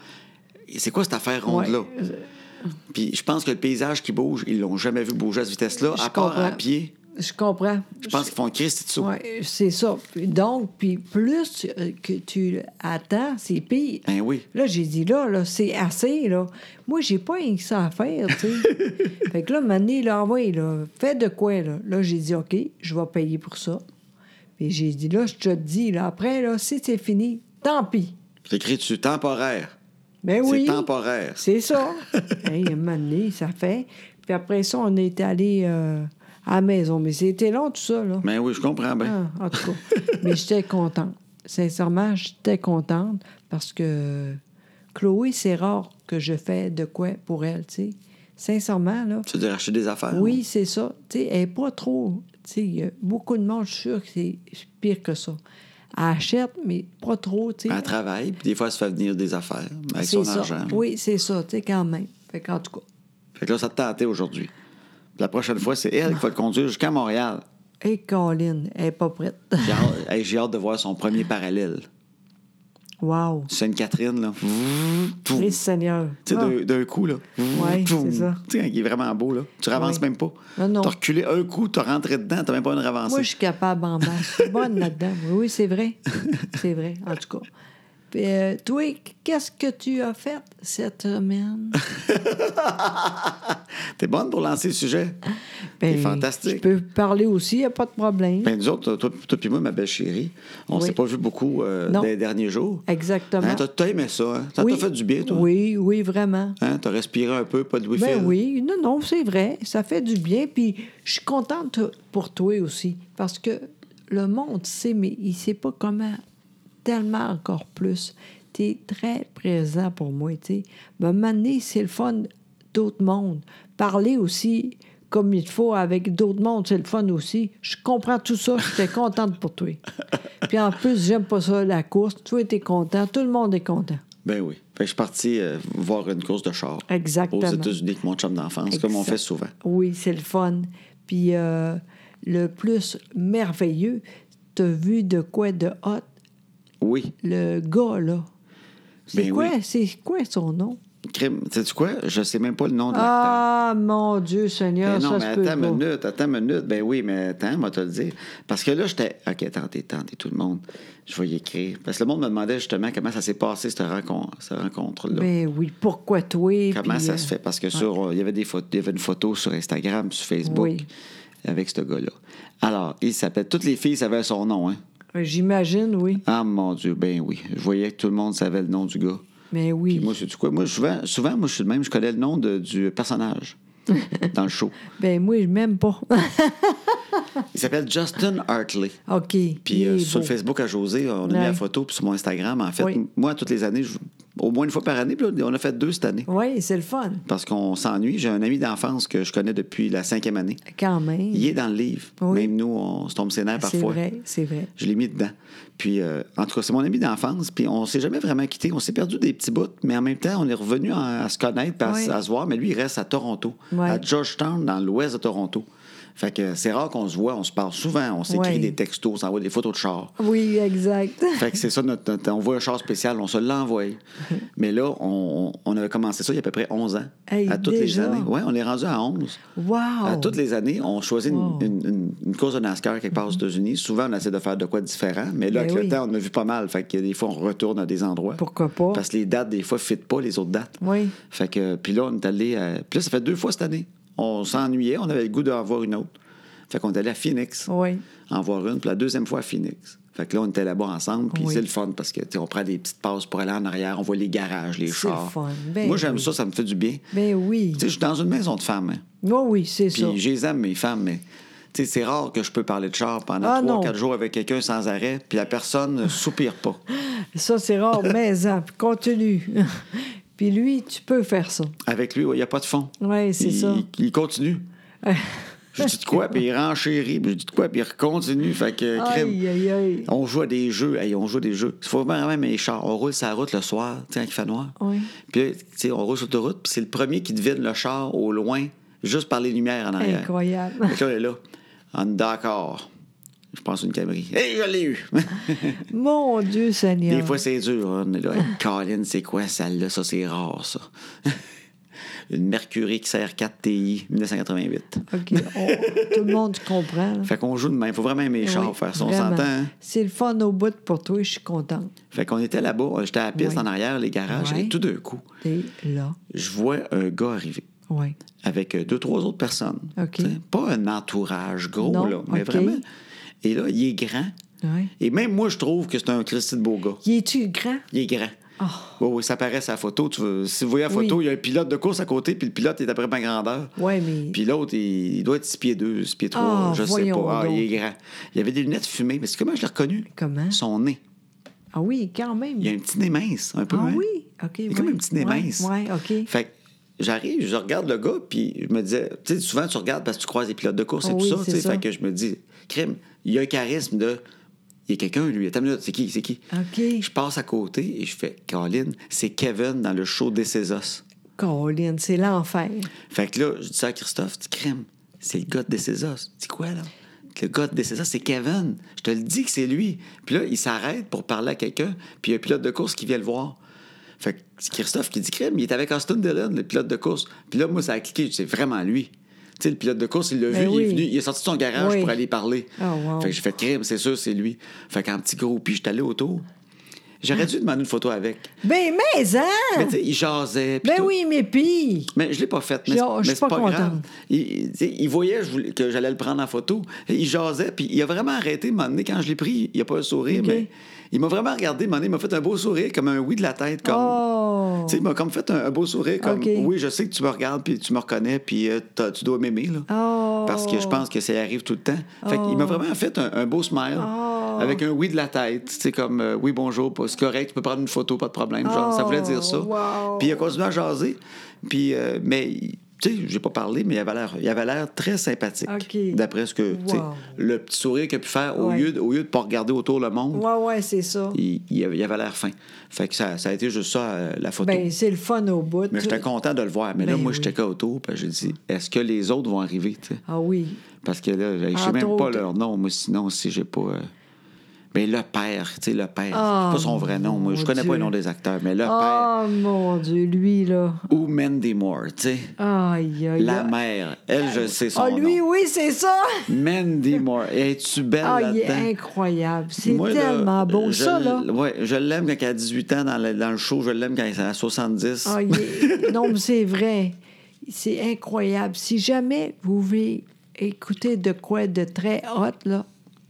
C'est quoi cette affaire ronde-là? Ouais. Puis je pense que le paysage qui bouge, ils l'ont jamais vu bouger à cette vitesse-là, Je à part à comprends. pied. Je comprends. Je pense qu'ils font Christ dessous. Oui, c'est ça. Puis Donc, puis plus euh, que tu attends, c'est pire. Ben oui. Là, j'ai dit, là, là c'est assez, là. Moi, j'ai pas rien que ça à faire, tu sais. fait que là, Mané, là, envoyé, là, fais de quoi, là? Là, j'ai dit, OK, je vais payer pour ça. Puis j'ai dit, là, je te dis, là, après, là, si c'est fini, tant pis. C'est écrit dessus temporaire. Ben C'est oui. temporaire. C'est ça. hey, Mané, ça fait. Puis après ça, on est allé euh, à la maison. Mais c'était long, tout ça, là. Ben oui, je comprends bien. Ah, en tout cas. Mais j'étais contente. Sincèrement, j'étais contente parce que Chloé, c'est rare que je fais de quoi pour elle, tu sais. Sincèrement, là. Tu veux dire acheter des affaires? Oui, c'est ça. Tu sais, elle n'est pas trop. Tu sais, il y a beaucoup de monde, je suis sûre que c'est pire que ça. Elle achète, mais pas trop, tu sais. Ben, Elle travaille, puis des fois, elle se fait venir des affaires avec C'est son ça. argent. Oui, c'est ça, tu sais, quand même. Fait qu'en tout cas. Fait que là, ça te tentait aujourd'hui. Puis La prochaine fois, c'est elle qui va le conduire jusqu'à Montréal. Et Colin, elle n'est pas prête. J'ai hâte, hey, j'ai hâte de voir son premier parallèle. Wow. Sainte-Catherine, là. Tout. Les Tu Seigneur. sais, Ah. d'un- d'un coup, là. Ouais, Tout. c'est ça. Tu sais, quand il est vraiment beau, là. Tu ravances Ouais. même pas. Non, non. T'as reculé un coup, t'as rentré dedans, t'as même pas une ravancée. Moi, je suis capable en masse. Je suis bonne là-dedans. Oui, oui, c'est vrai. C'est vrai, en tout cas. Puis, euh, toi, qu'est-ce que tu as fait cette semaine? T'es bonne pour lancer le sujet. Ben, C'est fantastique. Je peux parler aussi, il n'y a pas de problème. Ben, nous autres, toi, toi puis moi, ma belle chérie, on Oui. s'est pas vu beaucoup euh, dans Non. les derniers jours. Exactement. Hein, t'as- t'as aimé ça, hein? Ça t'a fait du bien, toi? Oui, oui, vraiment. Hein, t'as respiré un peu, pas de wi Ben oui, non, non, c'est vrai. Ça fait du bien. Puis je suis contente pour toi aussi. Parce que le monde sait, mais il sait pas comment. Tellement encore plus. Tu es très présent pour moi, tu sais. Ben, à un moment donné, c'est le fun d'autres mondes. Parler aussi comme il faut avec d'autres mondes, c'est le fun aussi. Je comprends tout ça. J'étais contente pour toi. Puis en plus, j'aime pas ça, la course. Toi, t'es content. Tout le monde est content. Ben oui. Fait que je suis parti euh, voir une course de char. Exactement. Aux États-Unis avec mon chum d'enfance, comme on Exact. fait souvent. Oui, c'est le fun. Puis euh, le plus merveilleux, t'as vu de quoi de hot Oui. le gars, là. C'est Ben quoi, oui. c'est quoi son nom? Crime. Sais-tu quoi? Je sais même pas le nom de l'acteur. Ah, mon Dieu Seigneur, Ben non, ça mais se peut attends pas. une minute, attends une minute. Ben oui, mais attends, moi te le dire. Parce que là, j'étais. OK, attendez, attendez, tout le monde. Je vais y écrire. Parce que le monde me demandait justement comment ça s'est passé, cette rencontre- cette rencontre-là. Ben oui, pourquoi toi? Comment puis, ça euh, se fait? Parce que sur, euh, il y avait des photos, il y avait une photo sur Instagram, sur Facebook, Oui. avec ce gars-là. Alors, il s'appelle. Toutes les filles savaient son nom, hein? euh, J'imagine, oui. Ah mon Dieu, ben oui. Je voyais que tout le monde savait le nom du gars. Puis Mais Ben oui. moi, c'est quoi? Moi, souvent, souvent, moi, je suis le même, je connais le nom de- du personnage dans le show. Ben moi, je m'aime pas. Il s'appelle Justin Hartley. OK. Puis il euh, est sur le beau. Facebook à José, on a mis Ouais. la photo, puis sur mon Instagram, en fait, Oui. m- moi, toutes les années, je- au moins une fois par année, puis là, on a fait deux cette année. Oui, c'est le fun, Parce qu'on s'ennuie. J'ai un ami d'enfance que je connais depuis la cinquième année. quand même. Il est dans le livre. Oui. Même nous, on se tombe ses nerfs c'est parfois. vrai, c'est vrai. Je l'ai mis dedans. Puis, euh, en tout cas, c'est mon ami d'enfance. Puis, on s'est jamais vraiment quitté. On s'est perdu des petits bouts, mais en même temps, on est revenu à, à se connaître, puis à, Oui. à se voir. Mais lui, il reste à Toronto, Ouais. à Georgetown, dans l'ouest de Toronto. Fait que c'est rare qu'on se voit, on se parle souvent, on s'écrit Ouais. des textos, on s'envoie des photos de char. Oui, exact. Fait que c'est ça, notre, notre- on voit un char spécial, on se l'envoie. Mais là, on, on avait commencé ça il y a à peu près 11 ans. Hey, à toutes déjà? les années. Oui, on est rendu à 11. Wow! À toutes les années, on choisit une- Wow. une, une- une course de NASCAR quelque part aux États-Unis. Souvent, on essaie de faire de quoi de différent. Mais là, Mm-hmm. Ben avec oui. le temps, on en a vu pas mal. Fait que des fois, on retourne à des endroits. Pourquoi pas? Parce que les dates, des fois, ne fitent pas les autres dates. Oui. Fait que, puis là, on est allé. à- Puis là, ça fait deux fois cette année. On s'ennuyait, on avait le goût d'en voir une autre. Fait qu'on est allé à Phoenix Oui. en voir une, puis la deuxième fois à Phoenix. Fait que là, on était là-bas ensemble, puis Oui. c'est le fun parce que, tu sais, on prend des petites passes pour aller en arrière, on voit les garages, les C'est le chars. fun. Ben Moi, j'aime oui. ça, ça me fait du bien. Ben oui. Tu sais, je suis dans une maison de femmes, hein, Oh oui, c'est ça. puis je les aime, mes femmes, mais. tu sais, C'est rare que je peux parler de char Ah, pendant non. trois, quatre jours avec quelqu'un sans arrêt, puis la personne ne soupire pas. Ça, c'est rare, mais hein, puis continue. puis lui, tu peux faire ça. Avec lui, ouais, il n'y a pas de fond. Oui, c'est Il- ça. Il continue. Je dis de quoi, puis il renchérit, puis je dis de quoi, puis il continue. Fait que, crime. aïe, aïe, aïe. On joue à des jeux. Hey, on joue à des jeux. Il faut vraiment même les chars. On roule sur la route le soir, tu sais, quand il fait noir. Oui. Puis, tu sais, on roule sur l'autoroute, puis c'est le premier qui devine le char au loin, juste par les lumières en arrière. Incroyable. Fait que là, il est là. On est d'accord. Je pense une Camry. Hey, je l'ai eu! Mon Dieu Seigneur. Des fois, c'est dur. hein. On est là. Hey, Colin, c'est quoi celle-là? Ça, c'est rare, ça. une Mercury XR4 TI 1988. OK. on- tout le monde comprend. là. Fait qu'on joue de même. Il faut vraiment aimer les chars, Oui, faire ça. On vraiment. s'entend. hein? C'est le fun au bout pour toi, je suis contente. Fait qu'on était là-bas. euh, J'étais à la piste Oui. en arrière, les garages, Oui. et tout d'un coup. T'es là. je vois un gars arriver Oui. avec euh, deux, trois autres personnes. OK. Tu sais, Pas un entourage gros, Non, là, mais OK. vraiment. Et là, il est grand. Oui. Et même moi, je trouve que c'est un Christy de beau gars. Y es-tu grand? Il est grand. Ah Oui, oui, ça paraît sa photo. Tu veux- Si vous voyez la photo, il y a un pilote de course à côté, puis le pilote est après ma grandeur. Ouais, mais- Puis l'autre, il, il doit être 6 pieds 2, 6 pieds 3, Ah, je sais voyons pas. Ah, donc. il est grand. Il avait des lunettes fumées, mais c'est comment je l'ai reconnu? Comment? Son nez. Ah oui, quand même. Il a un petit nez mince, un peu. Ah hein? oui? OK. Il a comme un petit nez mince. Oui, OK. Fait que j'arrive, je regarde le gars, puis je me disais, tu sais, souvent tu regardes parce que tu croises des pilotes de course et Ah tout oui, ça, c'est tu sais. ça. Fait que je me dis, crime, il y a un charisme de. Il y a quelqu'un, lui. Attends une minute, c'est qui? C'est qui? OK. Je passe à côté et je fais, Colin, c'est Kevin dans le show des Césos. Colline, c'est l'enfer. Fait que là, je dis ça à Christophe, tu crème, c'est le gars de Césos. C'est quoi, là? Le gars de Césos, c'est Kevin. Je te le dis que c'est lui. Puis là, il s'arrête pour parler à quelqu'un, puis il y a un pilote de course qui vient le voir. Fait que c'est Christophe qui dit crème, il est avec Austin Dillon, le pilote de course. Puis là, moi, ça a cliqué, c'est vraiment lui. Tu sais, le pilote de course, il l'a Ben vu, il oui. est venu, il est sorti de son garage Oui. pour aller parler. Ah, wow. Fait que j'ai fait crème, c'est sûr, c'est lui. Fait qu'en petit groupe, puis j'étais allé autour. Ah. J'aurais dû demander une photo avec. Ben, mais, hein? Mais tu sais, il jasait. puis ben tout. oui, mais pis. Mais je l'ai pas faite. Mais, Je- c'est- je mais suis c'est pas pas, contente. grave. Il, il- tu sais, il voyait je voulais- que j'allais le prendre en photo. Et Il jasait, puis il a vraiment arrêté, m'en donné, quand je l'ai pris, il a pas un sourire, OK. mais il m'a vraiment regardé, m'en donné, il m'a fait un beau sourire, comme un oui de la tête. Comme, Oh! Tu sais, il m'a comme fait un, un beau sourire, comme OK. oui, je sais que tu me regardes, puis tu me reconnais, puis euh, t'as- tu dois m'aimer. là. Oh! Parce que je pense que ça arrive tout le temps. Fait qu'il m'a vraiment fait un, un beau smile, Oh. avec un oui de la tête. Tu sais, comme euh, oui, bonjour, pas- c'est correct, tu peux prendre une photo, pas de problème. Genre, ça voulait dire ça. Oh, wow. Puis il a continué à jaser. Puis, euh, mais, tu sais, j'ai pas parlé, mais il avait l'air, il avait l'air très sympathique. OK. D'après ce que, tu sais, Wow. le petit sourire qu'il a pu faire, au, Ouais. lieu de, au lieu de pas regarder autour le monde, Ouais, ouais, c'est ça. il, il avait il avait l'air fin. Fait que ça, ça a été juste ça, euh, la photo. Ben, c'est le fun au bout. mais j'étais content de le voir. Mais là, Ben moi, oui. j'étais qu'à autour, puis j'ai dit, est-ce que les autres vont arriver, tu sais? Ah oui. Parce que là, je Entre sais même pas autres. leur nom, moi, sinon, si j'ai pas. euh, Mais le père, tu sais, le père. Ah, c'est pas son vrai nom, moi. Je mon connais pas Dieu. le nom des acteurs, mais le père. Oh mon Dieu, lui, là. Ou Mandy Moore, tu sais. Aïe, aïe, La aïe. mère. Elle, je sais son Ah, lui, nom. oui, c'est ça. Mandy Moore. Es-tu belle Ah, il est là-dedans? incroyable. C'est Moi, là, tellement beau, je ça, l- là. Ouais, je l'aime quand elle a 18 ans dans le, dans le show. Je l'aime quand elle a 70. Ah, il est- non, mais c'est vrai. C'est incroyable. Si jamais vous voulez écouter de quoi de très hot, là,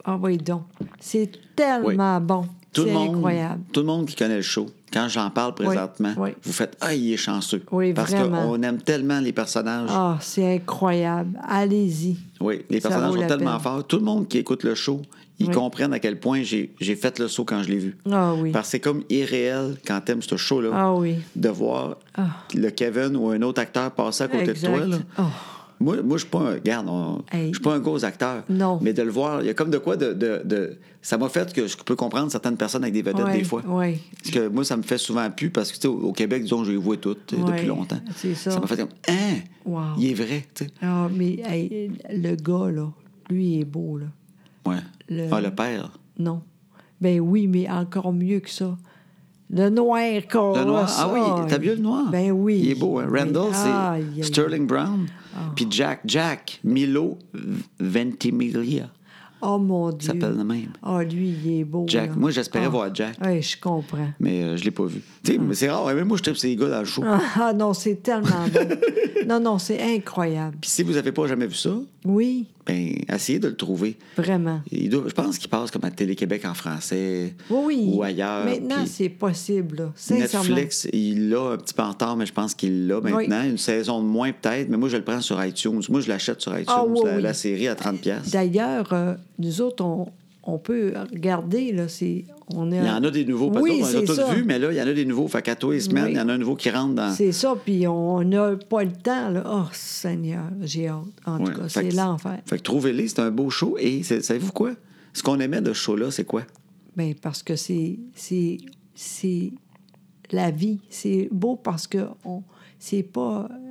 envoyez donc. C'est tellement bon. tout, c'est le monde, incroyable. tout le monde qui connaît le show, quand j'en parle présentement, oui. vous faites Ah, il est chanceux. Oui, Parce vraiment. qu'on aime tellement les personnages. Ah, c'est incroyable. Allez-y. Oui, les Ça personnages vaut sont la tellement peine. forts. Tout le monde qui écoute le show, ils Oui. comprennent à quel point j'ai j'ai fait le saut quand je l'ai vu. Ah oui. Parce que c'est comme irréel quand t'aimes ce show-là. Ah oui. De voir Ah. le Kevin ou un autre acteur passer à côté Exact. de toi. là. Oh. Moi, moi je suis pas un. Regarde, on- Hey. je suis pas un gros acteur. Non. Mais de le voir, il y a comme de quoi de. de- de- ça m'a fait que je peux comprendre certaines personnes avec des vedettes Ouais, des fois. ouais. Parce que moi, ça me fait souvent pu parce que, tu sais, au au Québec, disons, je les vois toutes tu sais, Ouais, depuis longtemps. c'est ça. Ça m'a fait comme. Hein! Wow. Il est vrai, tu sais. Ah, mais hey, le gars, là, lui, il est beau, là. Ouais. Le- Ah, le père. Non. Ben oui, mais encore mieux que ça. Le noir, qu'on Le noir. Ah oui, t'as vu le noir? Oh, Ben oui. Il est beau, hein? Randall, Ben, c'est aïe, aïe, Ah. aïe. Sterling Brown. Puis Jack, Jack, Milo V- Ventimiglia. Oh mon Dieu. s'appelle le même. Ah, lui, il est beau. Jack. là. Moi, j'espérais Ah. voir Jack. Oui, je comprends. Mais euh, je l'ai pas vu. Tu sais, mais c'est rare. hein, Même moi, je tape ces gars dans le show. Ah, ah, non, c'est tellement beau. non, non, c'est incroyable. Puis si vous avez pas jamais vu ça, Oui, ben essayez de le trouver. vraiment. Il doit- je pense qu'il passe comme à Télé-Québec en français Oui, oui. ou ailleurs. Maintenant, Puis c'est possible, là. Sincèrement. Netflix, il l'a un petit peu en retard, mais je pense qu'il l'a maintenant. Une saison de moins peut-être, mais moi, je le prends sur iTunes. Moi, je l'achète sur iTunes, Ah, oui, la, oui. la série à 30$. pièces. D'ailleurs, euh, nous autres, on, on peut regarder, là, c'est... On est Il y en a des nouveaux. Parce Oui, que on les a c'est tous ça. vus, mais là, il y en a des nouveaux. Fait qu'à tous les semaines, Oui. il y en a un nouveau qui rentre dans. C'est ça, puis on n'a pas le temps, là. Oh, Seigneur, j'ai hâte. En Ouais. tout cas, Fait c'est que- l'enfer. Fait que trouvez-les, c'est un beau show. Et c'est- savez-vous quoi? Ce qu'on aimait de ce show-là, c'est quoi? Bien, Ben, parce que c'est, c'est, c'est la vie. C'est beau parce que on, c'est pas. euh,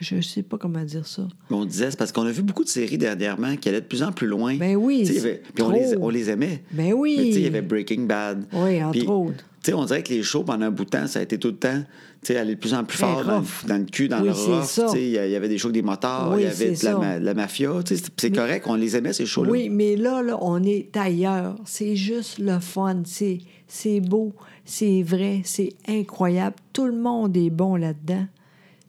je sais pas comment dire ça. On disait, c'est parce qu'on a vu beaucoup de séries dernièrement qui allaient de plus en plus loin. Ben oui, Tu sais, il y avait- c'est Puis on trop. les, on les aimait. Ben oui. Mais tu sais, il y avait Breaking Bad. Oui, entre Puis, autres. Tu sais, on dirait que les shows, pendant un bout de temps, ça a été tout le temps, tu sais, aller de plus en plus Très fort dans, Ben, rough. le- dans le cul, dans Oui, le c'est rough. ça. Tu sais, il y a- il y avait des shows avec des motards, il Oui, y avait de c'est la, ça. ma- de la mafia. Tu sais, c'est- c'est correct, on les aimait, ces shows-là. Oui, mais là, là, on est ailleurs. C'est juste le fun. C'est, c'est beau, c'est vrai, c'est incroyable. Tout le monde est bon là-dedans.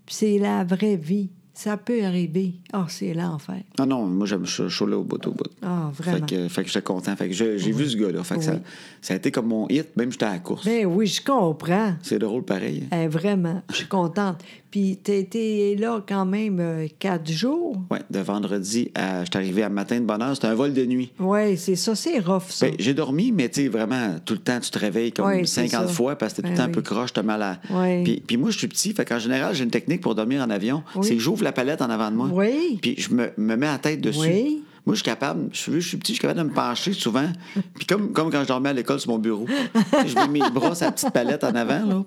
Puis c'est la vraie vie. Ça peut arriver. Ah, c'est l'enfer. Non, non, moi, j'aime- je je suis là au bout, au bout. Ah, Fait vraiment. que, fait que j'étais content. Fait que je- j'ai vu ce gars-là. Fait que ça, Oui. ça a été comme mon hit, même j'étais à la course. Ben oui, je comprends. C'est drôle pareil. Eh, vraiment, je suis contente. Puis t'as été là quand même euh, quatre jours. Ouais, de vendredi à. J'étais arrivé à matin de bonne heure. C'était un vol de nuit. Oui, c'est ça, c'est rough, ça. Ben, j'ai dormi, mais tu sais, vraiment, tout le temps, tu te réveilles comme Ouais, c'est 50 ça. fois parce que t'es tout Ben le temps un oui. peu croche, t'as mal à. Ouais. Puis, puis moi, je suis petit, fait qu'en général, j'ai une technique pour dormir en avion. Oui. C'est que j'ouvre la palette en avant de moi. Oui. Puis je me, me mets la tête dessus. Oui. Moi, je suis capable, je suis, je suis petit, je suis capable de me pencher souvent. Puis comme, comme quand je dormais à l'école sur mon bureau, je mets mes bras sur la petite palette en avant, là.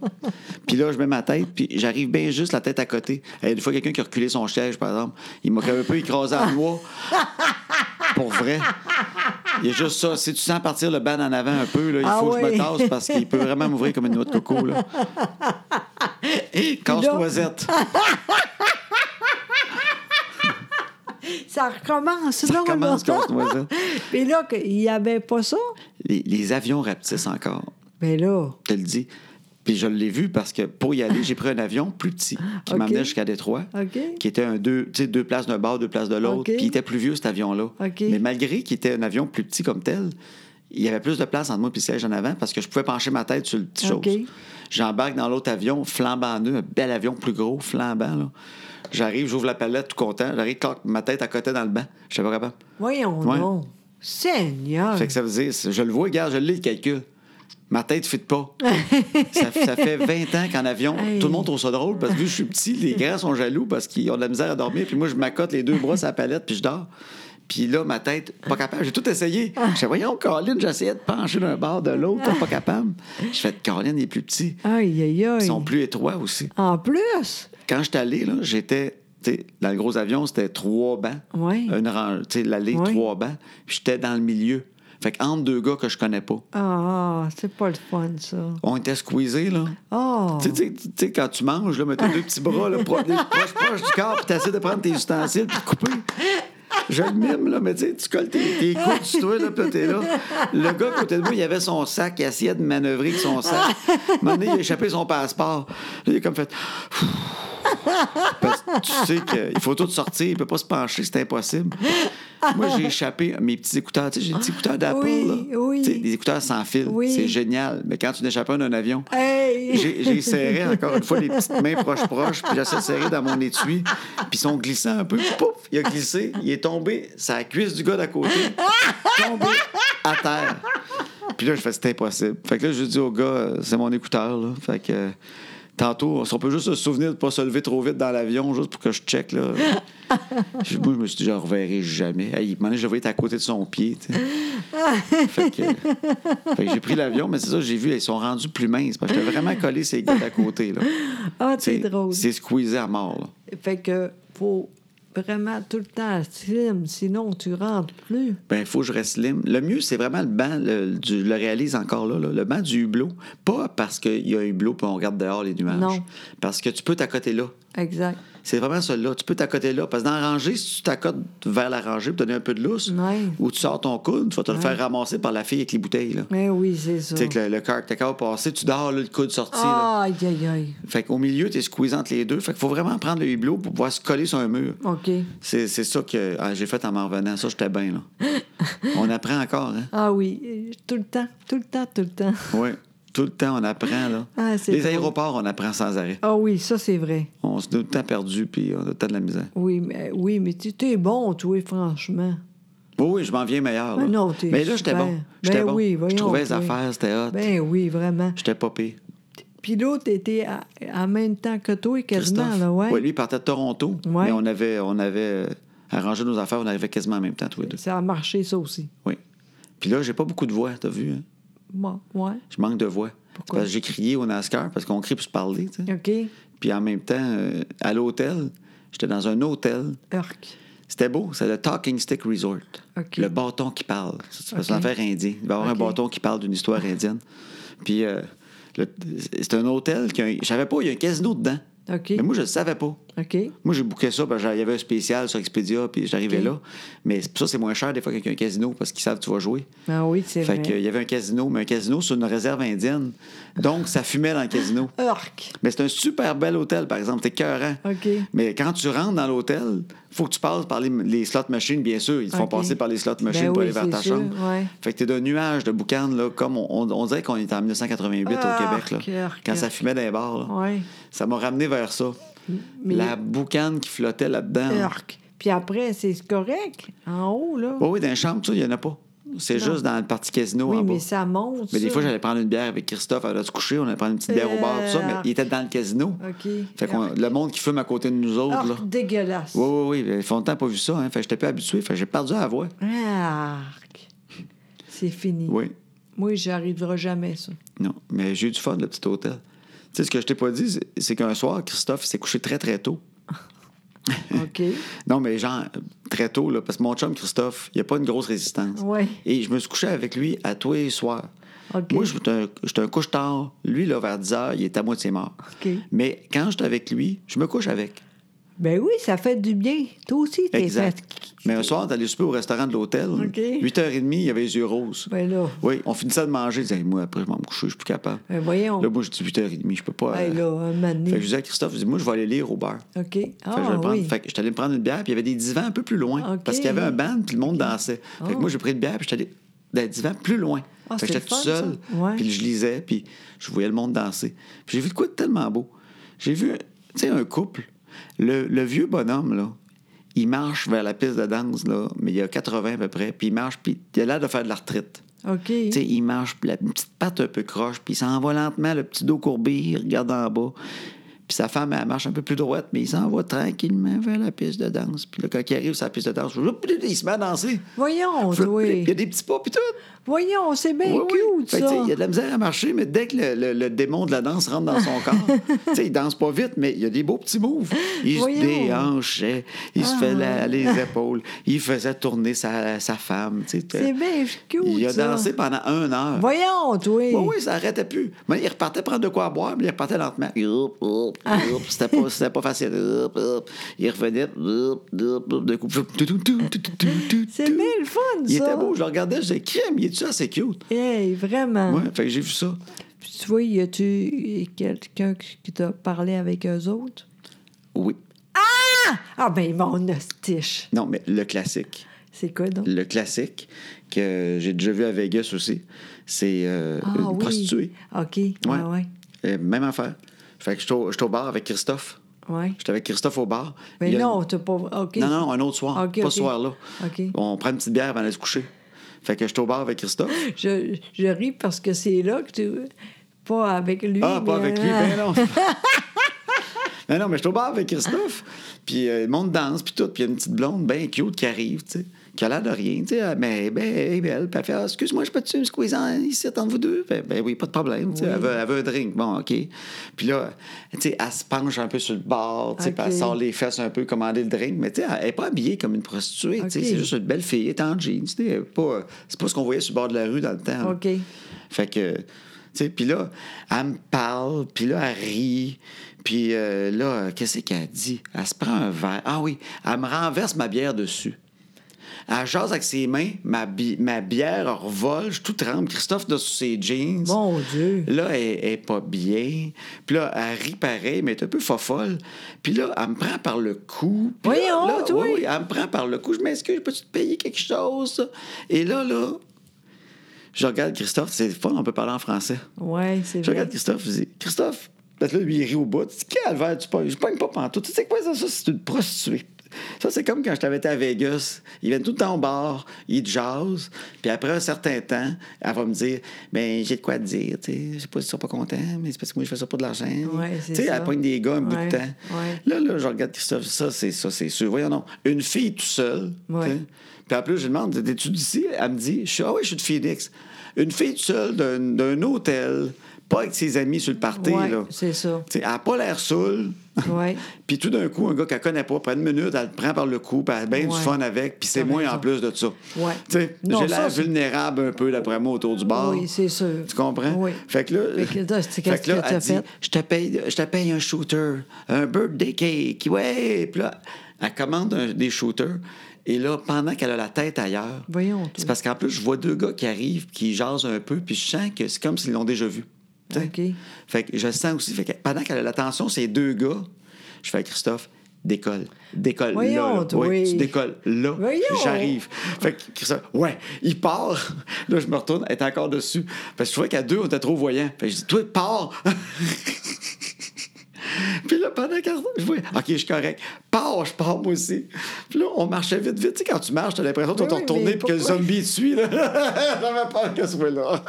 Puis là, je mets ma tête, puis j'arrive bien juste la tête à côté. Et une fois, quelqu'un qui a reculé son siège, par exemple, il m'a comme un peu écrasé à moi. Pour vrai. Il y a juste ça. Si tu sens partir le ban en avant un peu, là, il Ah faut que je oui. me tasse parce qu'il peut vraiment m'ouvrir comme une noix de coco. là. Casse-noisette. Ah, Ça recommence, là, recommence, là. casse-noisette. Puis là, que- il n'y avait pas ça. Les, les avions rapetissent encore. Mais là, Je te le dis. Puis je l'ai vu parce que pour y aller, j'ai pris un avion plus petit qui OK. m'amenait jusqu'à Détroit. OK. Qui était un deux, tu sais, deux places d'un bord, deux places de l'autre. Puis OK. il était plus vieux cet avion-là. OK. Mais malgré qu'il était un avion plus petit comme tel, il y avait plus de place entre moi et le siège en avant parce que je pouvais pencher ma tête sur le petit OK. chose. J'embarque dans l'autre avion, flambant en deux, un bel avion plus gros, flambant. là. J'arrive, j'ouvre la palette tout content. J'arrive, clac, ma tête à côté dans le banc. Je sais pas capable. voyons Ouais. donc. Seigneur. Fait que ça veut dire, je le vois, regarde, je lis le calcul. Ma tête ne fit pas. ça, ça fait 20 ans qu'en avion, Hey. tout le monde trouve ça drôle parce que vu que je suis petit, les grands sont jaloux parce qu'ils ont de la misère à dormir. Puis moi, je m'accote les deux bras sur la palette puis je dors. Puis là, ma tête, pas capable. J'ai tout essayé. Je fais, voyons, Colin, j'essayais de pencher d'un bord, de l'autre, pas capable. Je fais, Colin, il est plus petit. Aïe, aïe, aïe. Ils sont plus étroits aussi. En plus, Quand je suis allé, là, j'étais. tu sais, Dans le gros avion, c'était trois bancs. Ouais. Une rangée, tu sais, l'allée, Ouais. trois bancs. Puis j'étais dans le milieu. Fait qu'entre deux gars que je connais pas. ah, ah, c'est pas le fun, ça. On était squeezés, là. Ah, Tu sais, tu sais, tu sais, quand tu manges, là, mets tes deux petits bras, là, pro- des- proche, proche du corps, puis t'essaies de prendre tes ustensiles, puis de couper. Je le mime, là, mais tu sais, tu colles tes, tes coudes sur toi, là, puis là, t'es là. Le gars, à côté de moi, il avait son sac, il essayait de manœuvrer avec son sac. À un moment donné, il a échappé son passeport. Là, il a comme fait... Parce que tu sais qu'il faut tout sortir, il peut pas se pencher, c'est impossible. Moi, j'ai échappé à mes petits écouteurs. Tu sais, j'ai des petits écouteurs d'Apple, Oui, là. oui. Tu sais, des écouteurs sans fil. Oui. C'est génial. Mais quand tu n'échappes un d'un avion, Hey! j'ai j'ai serré encore une fois les petites mains proches-proches, puis j'essaie de serrer dans mon étui, puis ils sont glissants un peu. Pouf! Il a glissé, il est tombé, sur la cuisse du gars d'à côté, tombé à terre. Puis là, je fais, c'était impossible. Fait que là, je dis au gars, euh, c'est mon écouteur, là. Fait que euh, tantôt, si on peut juste se souvenir de pas se lever trop vite dans l'avion, juste pour que je check, là. Je- Moi, je me suis dit, je le reverrai jamais. Hey, il m'a je le voyais être à côté de son pied, tu sais. Fait que. Fait que j'ai pris l'avion, mais c'est ça, j'ai vu, ils sont rendus plus minces. Parce que j'étais vraiment collé ces gars d'à côté. Là. ah, c'est drôle. C'est squeezé à mort. là. Fait que faut vraiment tout le temps slim, sinon tu rentres plus. Ben, il faut que je reste slim. Le mieux, c'est vraiment le banc, le, du- je le réalise encore là, là, le banc du hublot. Pas parce qu'il y a un hublot puis on regarde dehors les nuages. Non. Parce que tu peux t'accoter là. Exact. C'est vraiment ça là. Tu peux t'accoter là. Parce que dans la rangée, si tu t'accotes vers la rangée pour donner un peu de lousse, Ouais. ou tu sors ton coude, tu vas te le faire ramasser par la fille avec les bouteilles. Là. Mais Eh oui, c'est ça. Tu sais que le, le cœur que t'as qu'à passer, tu dors là, le coude sorti. là. Ah, aïe, aïe, aïe. Fait qu'au milieu, t'es squeezé entre les deux. Fait qu'il faut vraiment prendre le hublot pour pouvoir se coller sur un mur. OK. C'est, c'est ça que ah, j'ai fait en m'en revenant. Ça, j'étais bien, là. On apprend encore, hein? Ah oui, euh, tout le temps, tout le temps, tout le temps. Oui. Tout le temps, on apprend, là. Ah, c'est les drôle. aéroports, on apprend sans arrêt. Ah oui, ça c'est vrai. On se donne tout le temps perdu, puis on a tout le temps de la misère. Oui, mais, oui, mais tu es bon, toi, franchement. Oui, oui, je m'en viens meilleur, là. Ben non, t'es Mais là, j'étais super. bon. J'étais Ben bon. oui, je voyons, trouvais les toi. affaires, c'était hot. Ben oui, vraiment. J'étais pas pire. Puis l'autre était à- en même temps que toi, quasiment, Christophe. là, ouais. lui, il partait de Toronto. Ouais. Mais on avait, on avait euh, arrangé nos affaires, on arrivait quasiment en même temps, tous les deux. Ça a marché, ça aussi. Oui. Puis là, j'ai pas beaucoup de voix, t'as vu, hein? Bon, ouais. Je manque de voix. Pourquoi? Parce que j'ai crié au NASCAR, parce qu'on crie pour se parler. tu sais. OK. Puis en même temps, euh, à l'hôtel, j'étais dans un hôtel. Urk. C'était beau, c'est le Talking Stick Resort. OK. Le bâton qui parle. C'est parce que OK. l'affaire indien. Il va y avoir OK. un bâton qui parle d'une histoire indienne. Puis euh, le- c'est un hôtel qui a un- Je savais pas, il y a un casino dedans. OK. Mais moi, je le savais pas. OK? Moi, j'ai booké ça, parce que il y avait un spécial sur Expedia, puis j'arrivais OK. là. Mais ça, c'est moins cher des fois qu'un casino, parce qu'ils savent que tu vas jouer. Ah oui, c'est Fait vrai. qu'il y avait un casino, mais un casino sur une réserve indienne. Donc, ça fumait dans le casino. Urk. Mais c'est un super bel hôtel, par exemple. T'es cœurant. OK. Mais quand tu rentres dans l'hôtel, faut que tu passes par les, les slot machines, bien sûr. Ils te font OK. passer par les slot machines Ben pour oui, aller vers c'est ta sûr, chambre. ouais. Fait que t'es d'un nuage de boucan, là, comme on, on- on dirait qu'on est en 1988 Ah, au Québec, là, arc, arc, quand ça arc. fumait dans les bars. là. Ouais. Ça m'a ramené vers ça. mais- Ah. La boucane qui flottait là-dedans. là. Urk. Puis après, c'est correct. En haut, là. Oh oui, dans les chambres, ça, il n'y en a pas. C'est Non. juste dans le parti casino oui, en bas. mais ça monte. Mais des ça. fois, j'allais prendre une bière avec Christophe, elle allait se coucher, on allait prendre une petite bière au bar, tout ça, mais Arc. il était dans le casino. OK. Fait qu'on- le monde qui fume à côté de nous autres, là. Urk dégueulasse. Oui, oui, oui. Ils font longtemps pas vu ça, hein. Fait que j'étais pas habitué. Fait que j'ai perdu la voix. Arc. C'est fini. Oui. Moi, j'arriverai jamais, ça. Non. Mais j'ai eu du fun, le petit hôtel. Tu sais, ce que je t'ai pas dit, c'est- c'est qu'un soir, Christophe s'est couché très, très tôt. OK. Non, mais genre, très tôt, là, parce que mon chum, Christophe, il a pas une grosse résistance. Ouais. Et je me suis couché avec lui à tous les soirs. OK. Moi, j'étais un, j'étais un couche-tard. Lui, là, vers 10 heures, il est à moitié mort. OK. Mais quand j'étais avec lui, je me couche avec. Ben oui, ça fait du bien. Toi aussi, t'es Exact. fatigué. Mais un soir, t'allais souper au restaurant de l'hôtel. OK. 8h30, il y avait les yeux roses. Ben là. Oui, on finissait de manger. Je disais, moi, après, je vais me coucher, je suis plus capable. Ben voyons. Là, moi, je dis 8h30, je peux pas. Ben euh. là, un moment donné. Fait que je disais à Christophe, je dis, moi, je vais aller lire au bar. OK. Fait que je Ah vais le prendre. oui. Fait que j'étais allé me prendre une bière, puis il y avait des divans un peu plus loin. OK. Parce qu'il y avait un band, puis le monde dansait. Fait Oh. que moi, j'ai pris une bière, puis j'étais allé dans les divans plus loin. Ah, fait que c'est j'étais le tout fun, seul, ça. Ouais. puis je lisais, puis je voyais le monde danser. Puis j'ai vu de quoi de tellement beau. J'ai vu, tu sais, un couple. Le, le vieux bonhomme, là, il marche vers la piste de danse, là, mais il y a 80 à peu près, puis il marche, puis il a l'air de faire de la retraite. OK. Tu sais, il marche, puis la petite patte un peu croche, puis il s'en va lentement, le petit dos courbé, il regarde en bas. Puis sa femme, elle marche un peu plus droite, mais il s'en va tranquillement vers la piste de danse. Puis là, quand il arrive sur la piste de danse, il se met à danser. Voyons, toi. Il y a des petits pas, puis tout. Voyons, c'est bien Oui, oui. cute, Fait que, tu ça. sais, Il y a de la misère à marcher, mais dès que le, le- le démon de la danse rentre dans son corps, tu sais, il danse pas vite, mais il y a des beaux petits moves. Il se Voyons. Ah. déhanchait, il se fait la- les épaules, il faisait tourner sa, sa femme. tu sais. C'est bien cute, Il a ça. dansé pendant un heure. Voyons, toi. Oui, oui, ça arrêtait plus. Mais il repartait prendre de quoi à boire, mais il repartait lentement. Hop, hop, Ah. hop. C'était pas, c'était pas facile. Hop, hop. Il revenait. Hop, hop, hop. De coup, tout, tout, tout, tout, tout, tout, tout. C'est bien le fun, Il ça. était beau, je le regardais, je disais, crème, il est-tu assez cute? Hey, vraiment. Ouais, fait que j'ai vu ça. Puis tu vois, y a-tu quelqu'un qui t'a parlé avec eux autres? Oui. Ah, ben, mon ostiche. Non, mais le classique. C'est quoi, donc? Le classique que j'ai déjà vu à Vegas aussi, c'est euh, Ah, une oui. prostituée. OK. Ouais, Ouais. ouais. Euh, même affaire. Fait que j'étais au j'étais au bar avec Christophe. Ouais. J'étais avec Christophe au bar. Mais Il y a- non, t'as pas. OK. Non, non, un autre soir. OK, pas OK. ce soir-là. OK. On prend une petite bière avant d'aller se coucher. Fait que je suis au bar avec Christophe. Je, je ris parce que c'est là que tu. Pas avec lui. Ah, pas mais- euh, hein. avec lui, ben non. non, non, mais je suis au bar avec Christophe. Puis euh, le monde danse, puis tout. Puis il y a une petite blonde bien cute qui arrive, tu sais, qui a l'air de rien, tu sais. elle- Mais elle est belle, elle est belle. Puis elle fait Ah, Excuse-moi, je peux-tu me squeezer en- ici entre vous deux? Fait, ben oui, pas de problème. tu sais. Elle, veut, elle veut un drink. Bon, OK. Puis là, tu sais, elle se penche un peu sur le bar, tu sais, puis OK. elle sort les fesses un peu, commander le drink. Mais tu sais, elle n'est pas habillée comme une prostituée, tu sais. OK. C'est juste une belle fille, elle est en jeans, tu sais. elle est pas- C'est pas ce qu'on voyait sur le bord de la rue dans le temps. là. OK. Fait que, tu sais, puis là, elle me parle, puis là, elle rit, puis euh, là, euh, qu'est-ce qu'elle dit? Elle se prend un verre. Ah oui, elle me renverse ma bière dessus. Elle jase avec ses mains, ma, bi- ma bière revole, je suis tout tremble. Christophe, de sous ses jeans. Mon Dieu. Là, elle, elle est pas bien. Puis là, elle rit pareil, mais elle est un peu fofolle. Puis là, elle me prend par le cou. Puis là- Voyons, là, toi. oui, oui, elle me prend par le cou. Je m'excuse, peux-tu te payer quelque chose? Et là, là, je regarde Christophe. C'est fun, on peut parler en français. Ouais, c'est Je vrai. regarde Christophe, je dis Christophe, parce que là, lui, il rit au bout. Tu dis, calvaire, tu pognes. Je pogne pas pantoute. Tu sais quoi, ça, ça c'est une prostituée. Ça, c'est comme quand je t'avais été à Vegas. Ils viennent tout le temps au bar, ils te jasent. Puis après un certain temps, elle va me dire Ben, j'ai de quoi te dire. tu sais. Je sais pas si ils sont pas contents, mais c'est parce que moi, je fais ça pour de l'argent. Ouais, c'est tu sais, ça. elle pogne des gars un bout Ouais, de temps. ouais. Là, là, je regarde Christophe, ça, c'est ça, c'est sûr. Voyons, non. Une fille tout seule. Ouais. tu sais. Puis en plus, je lui demande, es-tu d'ici? Elle me dit, je suis, ah oui, je suis de Phoenix. Une fille toute seule d'un d'un hôtel, Pas avec ses amis sur le party, Ouais, là. c'est ça. T'sais, elle n'a pas l'air saoule. Ouais. Puis tout d'un coup, un gars qu'elle connaît pas, prend une minute, elle le prend par le cou, puis elle a bien du Ouais. fun avec, puis c'est T'as moi raison. en plus de ça. Ouais. Tu sais, Non, j'ai ça, l'air c'est- vulnérable un peu, d'après moi, autour du bar. Oui, c'est sûr. Tu comprends? Oui. Fait que là, Fait que là, c'est fait qu'est-ce que là, que t'as elle dit, fait? je te, paye, je te paye un shooter, un birthday cake, ouais! Puis là, elle commande un- des shooters. Et là, pendant qu'elle a la tête ailleurs, Voyons, toi. c'est parce qu'en plus, je vois deux gars qui arrivent, qui jasent un peu, puis je sens que c'est comme s'ils l'ont déjà vu. Tu sais? OK. Fait que je sens aussi, fait que pendant qu'elle a l'attention, ces deux gars, je fais à Christophe, décolle, décolle, Voyons, là, là. toi. Oui, tu décolles, là, Voyons. j'arrive. Fait que Christophe, ouais, il part. Là, je me retourne, elle est encore dessus. Parce que je trouvais qu'à deux, on était trop voyants. Fait que je dis, toi, pars! Puis là, pendant qu'elle... Je vois, OK, je suis correct. Pars, je pars, moi aussi. Puis là, on marchait vite, vite. Tu sais, quand tu marches, t'as l'impression de Oui, te oui, retourner mais puis que le pourquoi? zombie te suit, là. J'avais peur que ce soit là.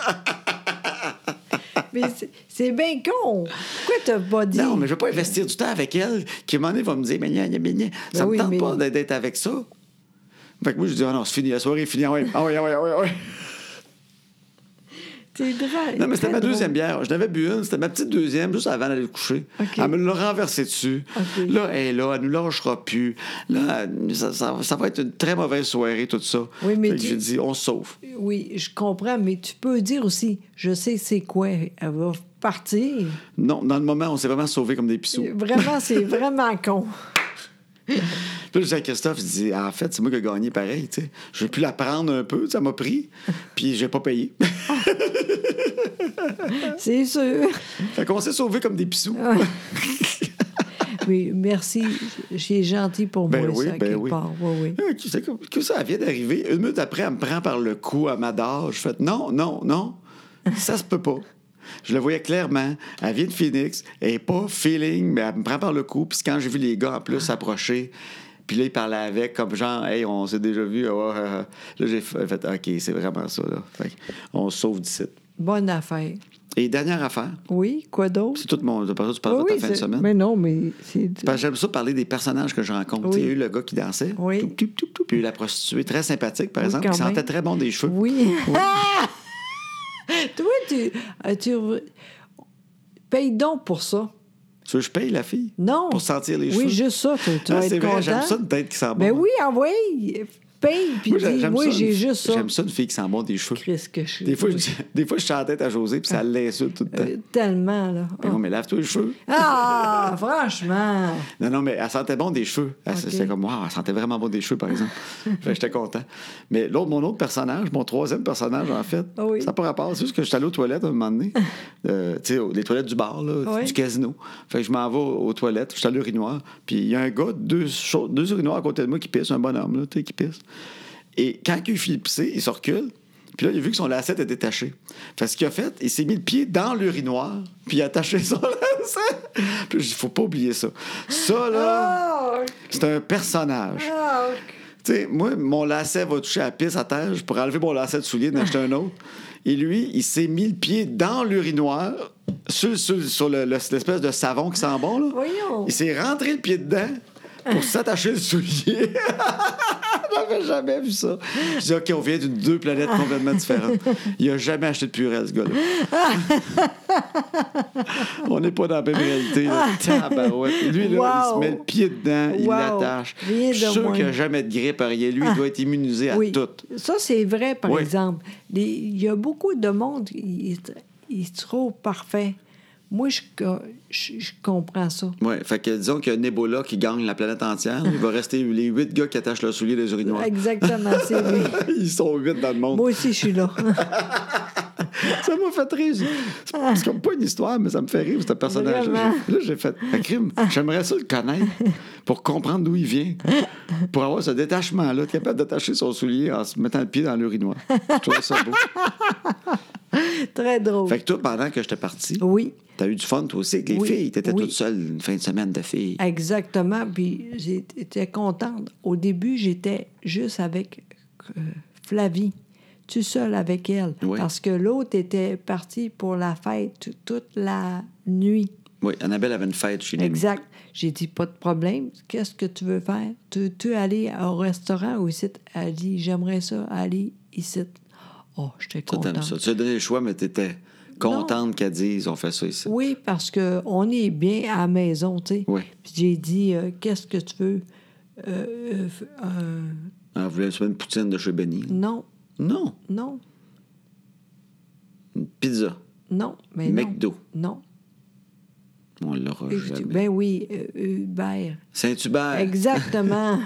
Mais c'est- c'est bien con. Pourquoi t'as pas dit? Non, mais je veux pas investir du temps avec elle, qui à un moment donné va me dire, mais gna, gna, gna, gna. ça Ben me oui, tente mais- pas d'être- d'être avec ça. Fait que moi, je dis, ah non, c'est fini, la soirée est finie. Ah oui, ah oui, ah oui, ah oui, ah oui. T'es drôle. Non, mais c'était Très ma drôle. deuxième bière. Je n'avais bu une, c'était ma petite deuxième, juste avant d'aller le coucher. OK. Elle me l'a renversée dessus. OK. Là, elle est là, elle nous lâchera plus. Là, elle- ça, ça- ça va être une très mauvaise soirée, tout ça. Oui, mais Fait que tu- j'ai dit, on se sauve. Oui, je comprends, mais tu peux dire aussi, je sais c'est quoi, elle va partir. Non, dans le moment, on s'est vraiment sauvés comme des pissous. Euh, Vraiment, c'est vraiment con. Puis là, je dis à Christophe, je dis, ah, en fait, c'est moi qui ai gagné pareil, tu sais. J'ai pu la prendre un peu, ça m'a pris, puis j'ai pas payé. C'est sûr. fait qu'on s'est sauvés comme des pissous. Mais merci, j'ai gentil pour Ben moi, oui, ça, ben quelque oui. part. Oui, oui. Ah, tu sais, comme- que ça vient d'arriver. Une minute après, elle me prend par le cou, elle m'adore. Je fais non, non, non, ça se peut pas. Je le voyais clairement. Elle vient de Phoenix, elle est pas feeling, mais elle me prend par le cou. Puis quand j'ai vu les gars en Ah. plus s'approcher, puis là, ils parlaient avec, comme genre, hey, on s'est déjà vu. ah, ah, ah. Là, j'ai fait, fait, OK, c'est vraiment ça. Là. Fait que on se sauve d'ici. Bonne affaire. Et dernière affaire, Oui, quoi d'autre? c'est tout mon. de ça, tu parles Oui, de ta oui, fin de c'est- semaine. Mais non, mais c'est. Parce que j'aime ça parler des personnages que je rencontre. Oui. Tu sais, Il y a eu le gars qui dansait, Oui. tout, tout, tout, tout, puis il y a eu la prostituée, très sympathique, par Oui, exemple, quand qui sentait même. très bon des cheveux. Oui. Toi, tu, euh, tu re- payes donc pour ça. Tu veux que je paye la fille? Non. Pour sentir les Oui, cheveux. juste ça. Tu, tu Ah, vas être c'est vrai, content. j'aime ça une tête qui sent bon. Ben oui, envoyez. Paye, puis Moi, j'a- dis, j'aime oui, ça, j'ai une- juste ça. J'aime ça, une fille qui sent bon des cheveux. Christ que je suis. Des fois, je, des fois, je suis en tête à José, puis ça l'insulte tout le temps. Euh, tellement, là. Ben oui, mais lave-toi les cheveux. Ah, franchement. Non, non, mais elle sentait bon des cheveux. Elle- Ok. C'était comme, waouh, elle sentait vraiment bon des cheveux, par exemple. Fait que j'étais content. Mais l'autre, mon autre personnage, mon troisième personnage, en fait, Ah oui. ça n'a pas rapport. C'est juste que j'étais allé aux toilettes à un moment donné. Euh, tu sais, aux- les toilettes du bar, là, Oui. du casino. Fait que je m'en vais aux toilettes, je suis à l'urinoir. Puis il y a un gars, deux, cho- deux urinoirs à côté de moi qui pisse, un bonhomme, là, tu sais, qui pisse. Et quand il finit de pisser, il se recule. Puis là, il a vu que son lacet était détaché. Fait que ce qu'il a fait, il s'est mis le pied dans l'urinoir, puis il a attaché son lacet. Puis il faut pas oublier ça. Ça, là, Ah, c'est un personnage. ah, Tu sais, moi, mon lacet va toucher à la pisse à terre. Je pourrais enlever mon lacet de soulier, en acheter un autre. Et lui, il s'est mis le pied dans l'urinoir, sur, sur- sur le- le- l'espèce de savon qui sent bon. Là. Voyons. Il s'est rentré le pied dedans pour s'attacher le soulier. J'avais jamais vu ça. Je dis, OK, on vient de deux planètes complètement différentes. Il a jamais acheté de purée, ce gars-là. on n'est pas dans la même réalité. Là. Tabarouette. Lui, là, il se Wow. met le pied dedans, il Wow. l'attache. Rien Je suis de sûr moins. qu'il n'a jamais de grippe, rien. Lui, il doit être immunisé à Ah. oui. tout. Ça, c'est vrai, par Oui. exemple. Les- Il y a beaucoup de monde, il est, il est trop parfait. Moi, je, co- je, je comprends ça. Oui, fait que disons qu'il y a un Ebola qui gagne la planète entière. Il va rester les huit gars qui attachent le soulier des urinoirs. Exactement, c'est lui. Ils sont huit dans le monde. Moi aussi, je suis là. Ça m'a fait rire. C'est- C'est comme pas une histoire, mais ça me fait rire, ce personnage-là. Vraiment. Ah. J'ai- Là, j'ai fait un crime. J'aimerais ça le connaître pour comprendre d'où il vient, pour avoir ce détachement-là, être capable d'attacher son soulier en se mettant le pied dans l'urinoir. Je trouvais ça beau. Très drôle. Fait que toi, pendant que j'étais parti, Oui, t'as eu du fun, toi aussi, avec les Oh. Oui, filles. T'étais oui. toute seule une fin de semaine de filles. exactement. Puis j'étais contente. Au début, j'étais juste avec euh, Flavie, tout seul avec elle. Oui. Parce que l'autre était partie pour la fête toute la nuit. Oui, Annabelle avait une fête chez nous. Exact. J'ai dit, pas de problème. Qu'est-ce que tu veux faire? Tu, tu aller au restaurant ou ici? Elle dit, j'aimerais ça aller ici. Oh, j'étais Ça, t'aimes contente. ça. Tu as donné le choix, mais t'étais contente qu'elle dise on fait ça ici. Oui, parce qu'on est bien à la maison, tu sais. Oui. Puis j'ai dit, euh, qu'est-ce que tu veux? Euh, euh, f- euh, Elle voulait une poutine de chez Benny. non, Non, non, une pizza. non, mais non. McDo. Non. On l'aura Et je dis, jamais. ben oui, euh, Hubert. Saint-Hubert. Exactement.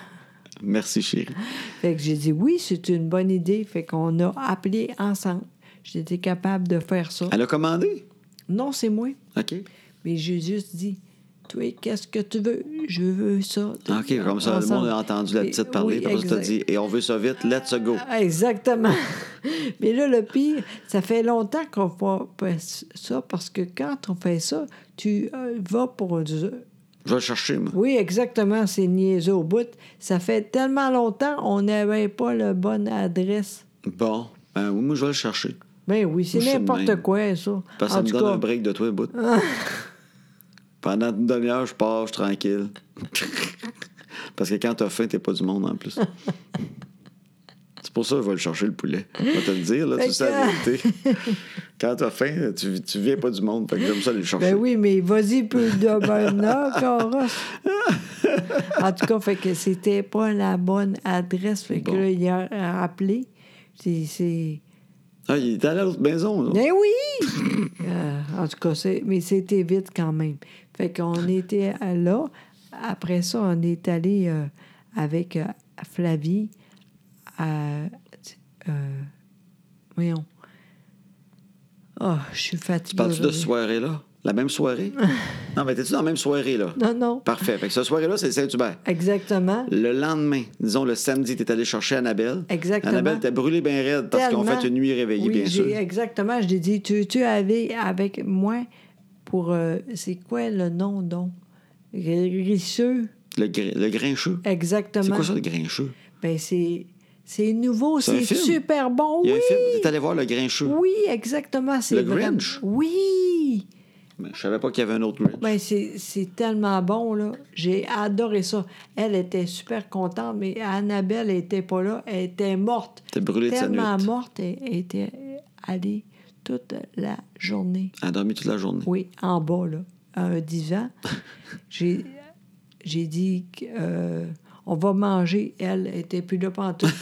Merci, chérie. fait que j'ai dit, oui, c'est une bonne idée. Fait qu'on a appelé ensemble. J'étais capable de faire ça. Elle a commandé. Non, c'est moi. OK. Mais j'ai juste dit, toi, qu'est-ce que tu veux? Je veux ça. Ah, OK, comme ça, le monde a entendu la Et- petite parler. Ah, puis oui, après ça, t'as exact. dit, et on veut ça vite, let's go. Ah, Exactement. Mais là, le pire, ça fait longtemps qu'on fait ça parce que quand on fait ça, tu euh, vas pour. du- Je vais le chercher, moi. Oui, exactement, c'est niaiseux au bout. Ça fait tellement longtemps, on n'avait pas la bonne adresse. Bon, ben oui, moi, je vais le chercher. Ben oui, c'est Je sais n'importe même. quoi, ça. Parce que ça me donne un break de toi, bout. Pendant une demi-heure, je pars, je suis tranquille. Parce que quand t'as faim, t'es pas du monde en plus. C'est pour ça que je vais le chercher, le poulet. Je vais te le dire, là, Fait tu sais la vérité. Quand t'as faim, tu, tu viens pas du monde. Fait que j'aime ça aller le chercher. ben oui, mais vas-y peu de bonheur, Coros. En tout cas, fait que c'était pas la bonne adresse. Fait que Bon. là, il a rappelé. C'est- C'est. Ah, il est allé à l'autre maison, là. Ben oui! Euh, en tout cas, c'est- mais c'était vite quand même. Fait qu'on était à- là. Après ça, on est allé euh, avec euh, Flavie à. euh, voyons. Ah, je suis fatiguée. Parles-tu de aujourd'hui. cette soirée-là? La même soirée? non, mais t'es-tu dans la même soirée, là? Non, non. Parfait. Fait que cette soirée-là, c'est Saint-Hubert. Exactement. Le lendemain, disons le samedi, t'es allé chercher Annabelle. Exactement. Annabelle t'as brûlé bien raide parce qu'on Tellement. fait une nuit réveillée, Oui, bien j'ai- sûr. Exactement. Je l'ai dit, tu, tu avais avec moi pour. euh, c'est quoi le nom, donc? Risseux. Le, gr- le grincheux. Exactement. C'est quoi ça, le grincheux? Ben, c'est. C'est nouveau, C'est un c'est film. super bon. Il y a Oui, un film, t'es allé voir le grincheux. oui, exactement. c'est Le vrai. Grinch. Oui. Mais Ben, je savais pas qu'il y avait un autre grinch. Ben, c'est c'est tellement bon, là. J'ai adoré ça. Elle était super contente, mais Annabelle était pas là. Elle était morte. T'es brûlé de sa nuit. Tellement morte, elle elle était allée toute la journée. Elle a dormi toute la journée. Oui, en bas, là, à un divan. J'ai j'ai dit que, euh, on va manger. Elle était plus là pantoute.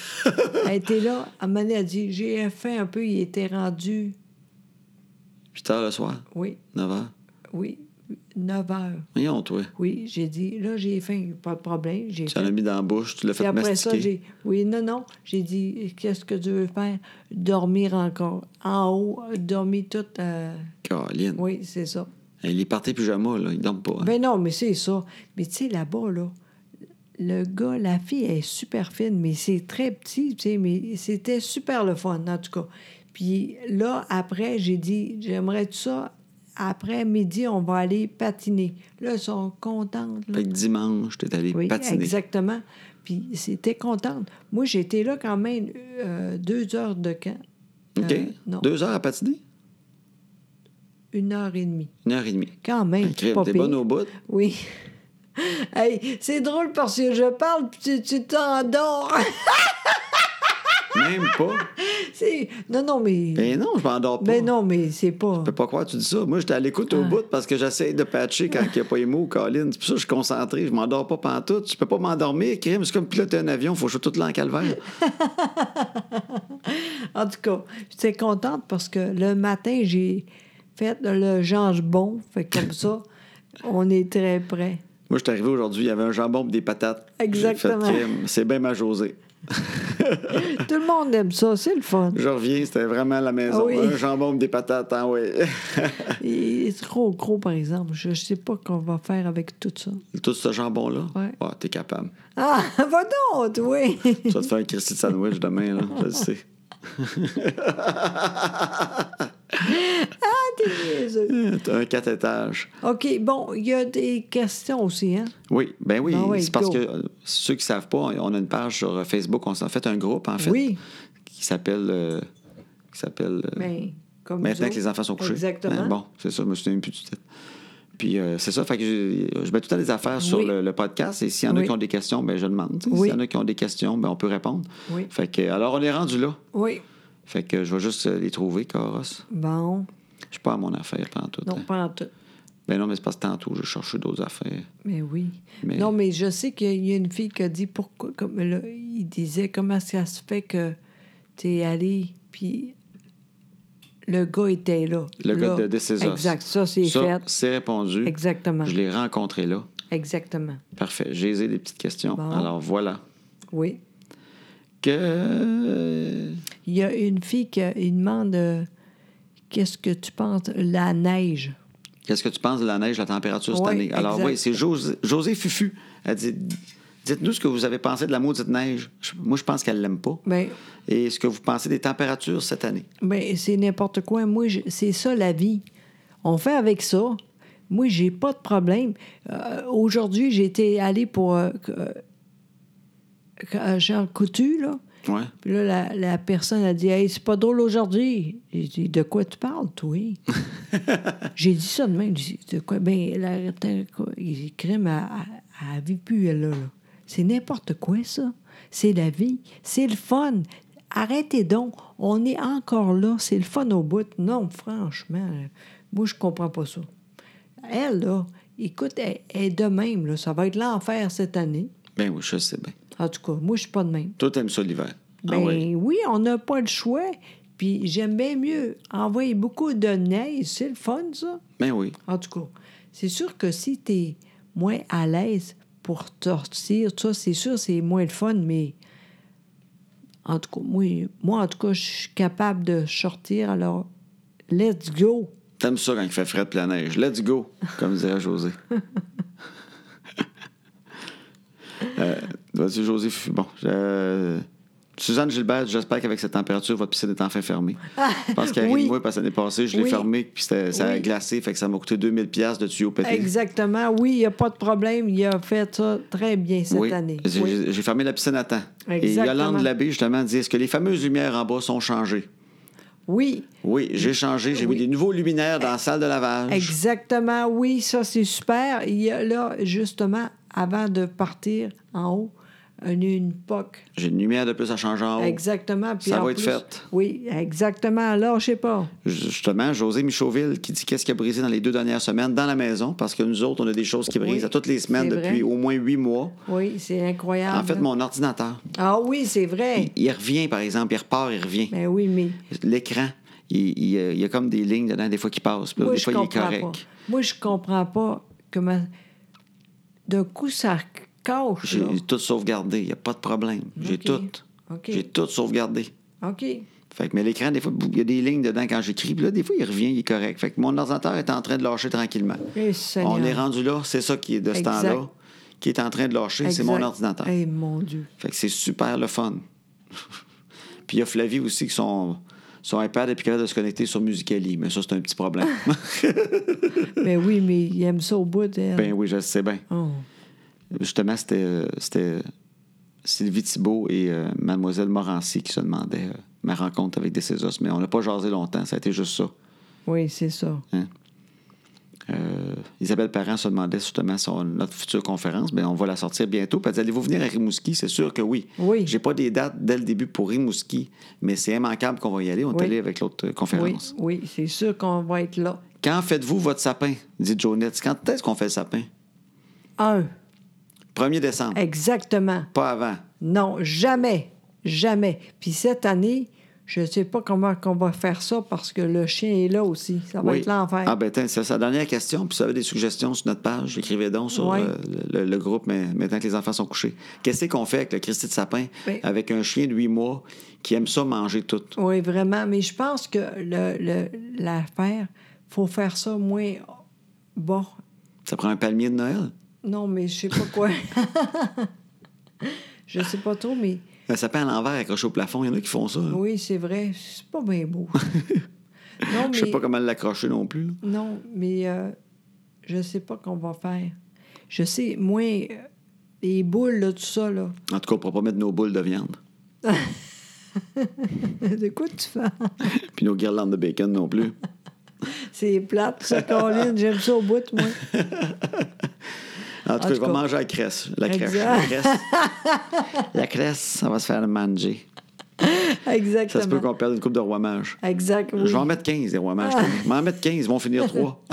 elle était là. À un moment donné, elle a dit J'ai faim un peu. Il était rendu. 8 heures le soir, Oui, 9 heures. oui, 9 heures. Voyons, toi. Oui, j'ai dit Là, j'ai faim. Pas de problème. J'ai Tu l'as faim. mis dans la bouche, tu l'as Puis fait après ça, mastiquer. j'ai. Oui, non, non. J'ai dit Qu'est-ce que tu veux faire Dormir encore. En haut, dormir toute. euh, Caroline. Oui, c'est ça. Il est parti pyjama, là. Il dorme pas. hein. Ben non, mais c'est ça. Mais tu sais, là-bas, là, le gars, la fille elle est super fine, mais c'est très petit, tu sais, mais c'était super le fun, en tout cas. Puis là, après, j'ai dit, j'aimerais tout ça. Après midi, on va aller patiner. Là, ils sont contentes. là. Fait que dimanche, t'es allé Oui, patiner. exactement. Puis c'était contente. Moi, j'étais là quand même euh, deux heures de camp. OK? Euh, non, Deux heures à patiner? une heure et demie. Une heure et demie. Quand même, Hey, c'est crème, pas T'es pire. bonne au bout? Oui. Hey, c'est drôle parce que je parle puis tu- tu t'endors. Même pas. C'est- non, non, mais. Ben non, je m'endors pas. Ben non, mais c'est pas. Je peux pas croire que tu dis ça. Moi, j'étais à l'écoute Ah. au bout parce que j'essaie de patcher quand il n'y a pas les mots, Colin. C'est pour ça que je suis concentré. Je m'endors pas pantoute. Je peux pas m'endormir, crime. C'est comme piloter un avion. Faut que je sois tout là en calvaire. En tout cas, j'étais contente parce que le matin, j'ai fait le jambon. Fait que comme ça, on est très près. Moi, je suis arrivé aujourd'hui. Il y avait un jambon et des patates. Exactement. J'ai fait, crime, C'est bien ma Josée. Tout le monde aime ça, c'est le fun. Je reviens. C'était vraiment à la maison. Ah oui. Un jambon et des patates. Hein, ouais. Il est trop gros, par exemple. Je sais pas qu'on va faire avec tout ça. tout ce jambon-là. Ouais. Ah, t'es capable. Ah, va donc, oui. Tu vas te faire un Christy de sandwich demain, là. Je le sais. T'as un quatre étages. OK, bon, il y a des questions aussi, hein? Oui, ben oui, Ah ouais, c'est parce go. que euh, ceux qui ne savent pas, on a une page sur euh, Facebook, on s'en fait un groupe, en fait, Oui. qui s'appelle. euh, qui s'appelle. euh, Mais comme Maintenant nous que autres. les enfants sont couchés. Ben, Exactement. Ben bon, c'est ça, je me souviens plus du titre. Puis euh, c'est ça, fait que je, je mets tout à des affaires sur Oui. le, le podcast et s'il y en a Oui. qui ont des questions, ben je demande. tu sais. Oui. S'il y en a qui ont des questions, ben on peut répondre. Oui. Fait que, alors on est rendu là. Oui. Fait que je vais juste euh, les trouver, Coros. Bon. Je suis pas à mon affaire tantôt. Non, pas en tout. Ben non, mais c'est parce que tantôt, je cherchais d'autres affaires. Mais oui. Mais- Non, mais je sais qu'il y a une fille qui a dit pourquoi. Comme, là, il disait comment ça se fait que t'es allé, puis le gars était là. Le Là. gars de, de César. Exact, ça c'est Ça, fait. c'est répondu. Exactement. Je l'ai rencontré là. Exactement. Parfait. J'ai des petites questions. Bon. Alors, voilà. Oui. Que... Il y a une fille qui il demande euh, qu'est-ce que tu penses la neige. Qu'est-ce que tu penses de la neige, la température cette Ouais, année? Alors exact. oui, c'est José, José Fufu. Elle dit Dites-nous ce que vous avez pensé de la maudite neige. Je- moi, je pense qu'elle l'aime pas. Ben, Et ce que vous pensez des températures cette année. ben c'est n'importe quoi. Moi, je- c'est ça la vie. On fait avec ça. Moi, j'ai pas de problème. Euh, Aujourd'hui, j'étais allée pour euh, que- euh, Jean Coutu, là. Ouais. Puis là, la, la personne a dit Hey, c'est pas drôle aujourd'hui. J'ai dit De quoi tu parles, toi J'ai dit ça de même. J'ai dit, De quoi Ben, la ta- quoi? Il dit, crime, elle ne vit plus, elle, là. là. C'est n'importe quoi, ça. C'est la vie. C'est le fun. Arrêtez donc. On est encore là. C'est le fun au bout. Non, franchement, là, moi, je comprends pas ça. Elle, là, écoute, elle, elle est de même, là. Ça va être l'enfer cette année. Ben oui, je sais bien. En tout cas, moi, je suis pas de même. Toi, t'aimes ça l'hiver. Ben Ah oui. oui, on n'a pas le choix. Puis j'aime bien mieux envoyer beaucoup de neige. C'est le fun, ça. Ben oui. En tout cas, c'est sûr que si tu es moins à l'aise pour sortir, tout ça, c'est sûr, c'est moins le fun, mais en tout cas, moi, moi en tout cas, je suis capable de sortir. Alors, let's go. T'aimes ça quand il fait frais de la neige. Let's go, comme dirait José. euh, Vas-y, José Fufu. Bon. euh, Suzanne Gilbert, j'espère qu'avec cette température, votre piscine est enfin fermée. Parce qu'elle oui. rit de moi, parce que l'année passée, je l'ai Oui. fermée, puis c'était- ça a Oui. glacé, fait que ça m'a coûté 2000 pièces de tuyaux pétés. Exactement. Oui, il n'y a pas de problème. Il a fait ça très bien cette Oui. année. J'ai Oui. j'ai fermé la piscine à temps. Et Exactement. Yolande Labbé, justement, dit est-ce que les fameuses lumières en bas sont changées oui. Oui, j'ai changé. J'ai Oui. mis des nouveaux luminaires dans la salle de lavage. Exactement, oui, ça c'est super. Il y a là, justement, avant de partir en haut, une, une POC. J'ai une lumière de plus à changer en haut. Exactement. puis Oh, Ça en va être plus- fait. Oui, exactement. Là, je sais pas. Justement, José Michauville qui dit qu'est-ce qui a brisé dans les deux dernières semaines dans la maison, parce que nous autres, on a des choses qui brisent Oui, à toutes les semaines c'est vrai. Ah, depuis au moins huit mois. Oui, c'est incroyable. En fait, mon ordinateur, Ah oui, c'est vrai. il revient, par exemple, il repart, il revient. Ben oui, mais L'écran, il, il, euh, il y a comme des lignes dedans, des fois qui passent, puis moi, des je fois, il est comprends correct. pas. Moi, je comprends pas comment... D'un coup, ça cache, J'ai là. tout sauvegardé, il n'y a pas de problème. J'ai OK. tout. OK. J'ai tout sauvegardé. OK. Fait que, mais l'écran, des fois, il y a des lignes dedans quand j'écris, puis là, des fois, il revient, il est correct. Fait que mon ordinateur est en train de lâcher tranquillement. Eh, On Seigneur. est rendu là, c'est ça qui est de ce Exact. temps-là, qui est en train de lâcher, c'est Exact. mon ordinateur. Eh, mon Dieu. Fait que c'est super le fun. puis il y a Flavie aussi qui son, son iPad est plus capable de se connecter sur Musicali, mais ça, c'est un petit problème. Mais Ben oui, mais il aime ça au bout d'elle. ben oui, je le sais bien. Oh. Justement, c'était, euh, c'était Sylvie Thibault et euh, Mademoiselle Morancy qui se demandaient euh, ma rencontre avec des Césos, mais on n'a pas jasé longtemps, ça a été juste ça. Oui, c'est ça. Euh, Isabelle Parent se demandait justement sur notre future conférence. Bien, on va la sortir bientôt. Puis elle dit, allez-vous venir à Rimouski? C'est sûr que oui. Oui. J'ai pas des dates dès le début pour Rimouski, mais c'est immanquable qu'on va y aller. On est Oui. allé avec l'autre euh, Oui, conférence. oui c'est sûr qu'on va être là. Quand faites-vous votre sapin? Dit Jonette. Quand est-ce qu'on fait le sapin? Un, 1er décembre. exactement. Pas avant. Non, jamais, jamais. Puis cette année, je ne sais pas comment qu'on va faire ça parce que le chien est là aussi. Ça va Oui. être l'enfer. Ah ben tiens, c'est sa dernière question. Puis si vous avez des suggestions sur notre page, écrivez donc sur Oui. euh, le, le groupe mais, maintenant que les enfants sont couchés. Qu'est-ce qu'on fait avec le Christy de sapin? Oui. Avec un chien de 8 mois qui aime ça manger tout. Oui, vraiment. Mais je pense que le- le- l'affaire, il faut faire ça moins bon. Ça prend un palmier de Noël? Non, mais je sais pas quoi. je sais pas trop, mais Un sapin à l'envers accroché au plafond, il y en a qui font ça. hein. oui, c'est vrai. C'est pas bien beau. non, Je sais pas comment l'accrocher non plus. là. Non, mais euh, je sais pas qu'on va faire. Je sais, moi, euh, les boules, là, tout ça, là. En tout cas, on pourra pas mettre nos boules de viande. de quoi tu fais? Puis nos guirlandes de bacon non plus. C'est plate, ça, Colin. J'aime ça au bout, moi. En tout cas, tout je vais cas. manger la crèche. La crèche. Exact. La crèche. La crèche, ça va se faire manger. Ça se peut Exactement. qu'on perde une coupe de roi mage. Exact. oui. Ah. Je vais en mettre 15 des rois mages. Je vais en mettre 15, ils vont finir 3.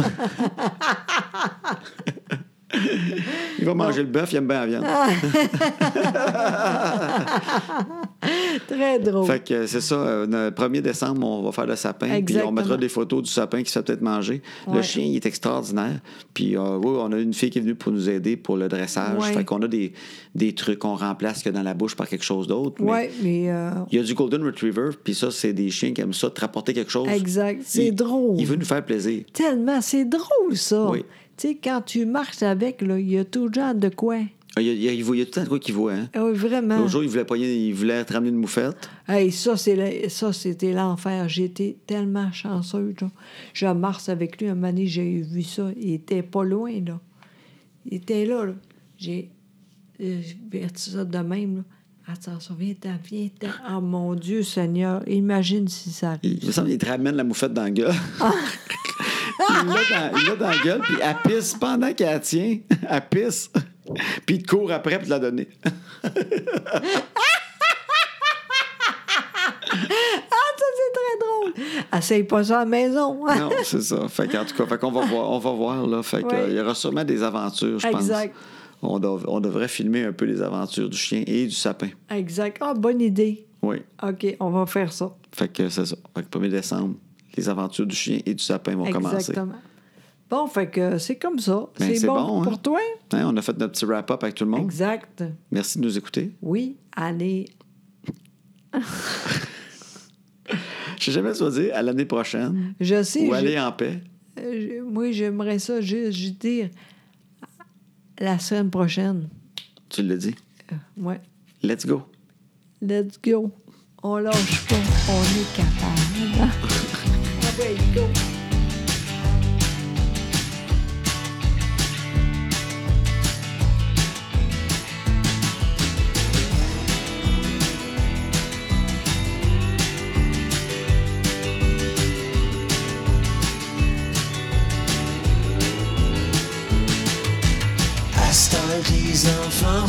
il va manger le bœuf, il aime bien la viande. Ah. Très drôle. Fait que euh, c'est ça, euh, le 1er décembre, on va faire le sapin, puis on Exactement. mettra des photos du sapin qui se fait peut-être manger. Le Ouais. chien, il est extraordinaire. Puis euh, oui, on a une fille qui est venue pour nous aider pour le dressage. Ouais. Fait qu'on a des, des trucs qu'on remplace que dans la bouche par quelque chose d'autre. mais Oui, mais euh, Il y a du Golden Retriever, puis ça, c'est des chiens qui aiment ça, te rapporter quelque chose. Exact. C'est Il- drôle. Il veut nous faire plaisir. tellement, c'est drôle, ça. Oui. Tu sais, quand tu marches avec, là, il y a tout genre de quoi. Ah, Il y a, il y a- il voit- il y a tout le temps de quoi qu'il voit. Hein? Ah oui, vraiment. L'autre jour, il voulait, pogner- il voulait te ramener une moufette. Hey, ça, c'est le- ça, c'était l'enfer. J'étais tellement chanceuse. Là. Je marche avec lui. Un moment donné, j'ai vu ça. Il était pas loin. là. Il était là. là. J'ai euh, vertu ça de même. Là. Attends, ça, viens-t'en, viens-t'en. Oh mon Dieu, Seigneur, imagine si ça Il, arrive. il me semble qu'il te ramène la moufette dans la gueule. Ah. il l'a dans, il l'a dans la gueule, puis elle pisse pendant qu'elle la tient. Elle pisse. Puis il te court après pour te la donner. Ah, ça, c'est très drôle. Essaye pas ça à la maison. hein. Non, c'est ça. Fait qu'en tout cas, fait qu'on va voir, on va voir là. Fait que, Oui. euh, il y aura sûrement des aventures, je pense. Exact. On, dev- on devrait filmer un peu les aventures du chien et du sapin. Exact. Ah, bonne idée. Oui. OK, on va faire ça. Fait que c'est ça. Fait que 1er décembre, les aventures du chien et du sapin vont commencer. Exactement. Bon, fait que c'est comme ça. Ben, c'est c'est bon, bon, hein. pour toi? Hein, on a fait notre petit wrap-up avec tout le monde. Exact. Merci de nous écouter. Oui, allez. Je sais jamais si on va dire à l'année prochaine Je sais. ou je- aller en paix. euh, je- moi, j'aimerais ça juste, juste dire la semaine prochaine. Tu le dis. Euh, ouais. Let's go. Let's go. On lâche pas. On est capable. Ah ouais, go. À ce temps que les enfants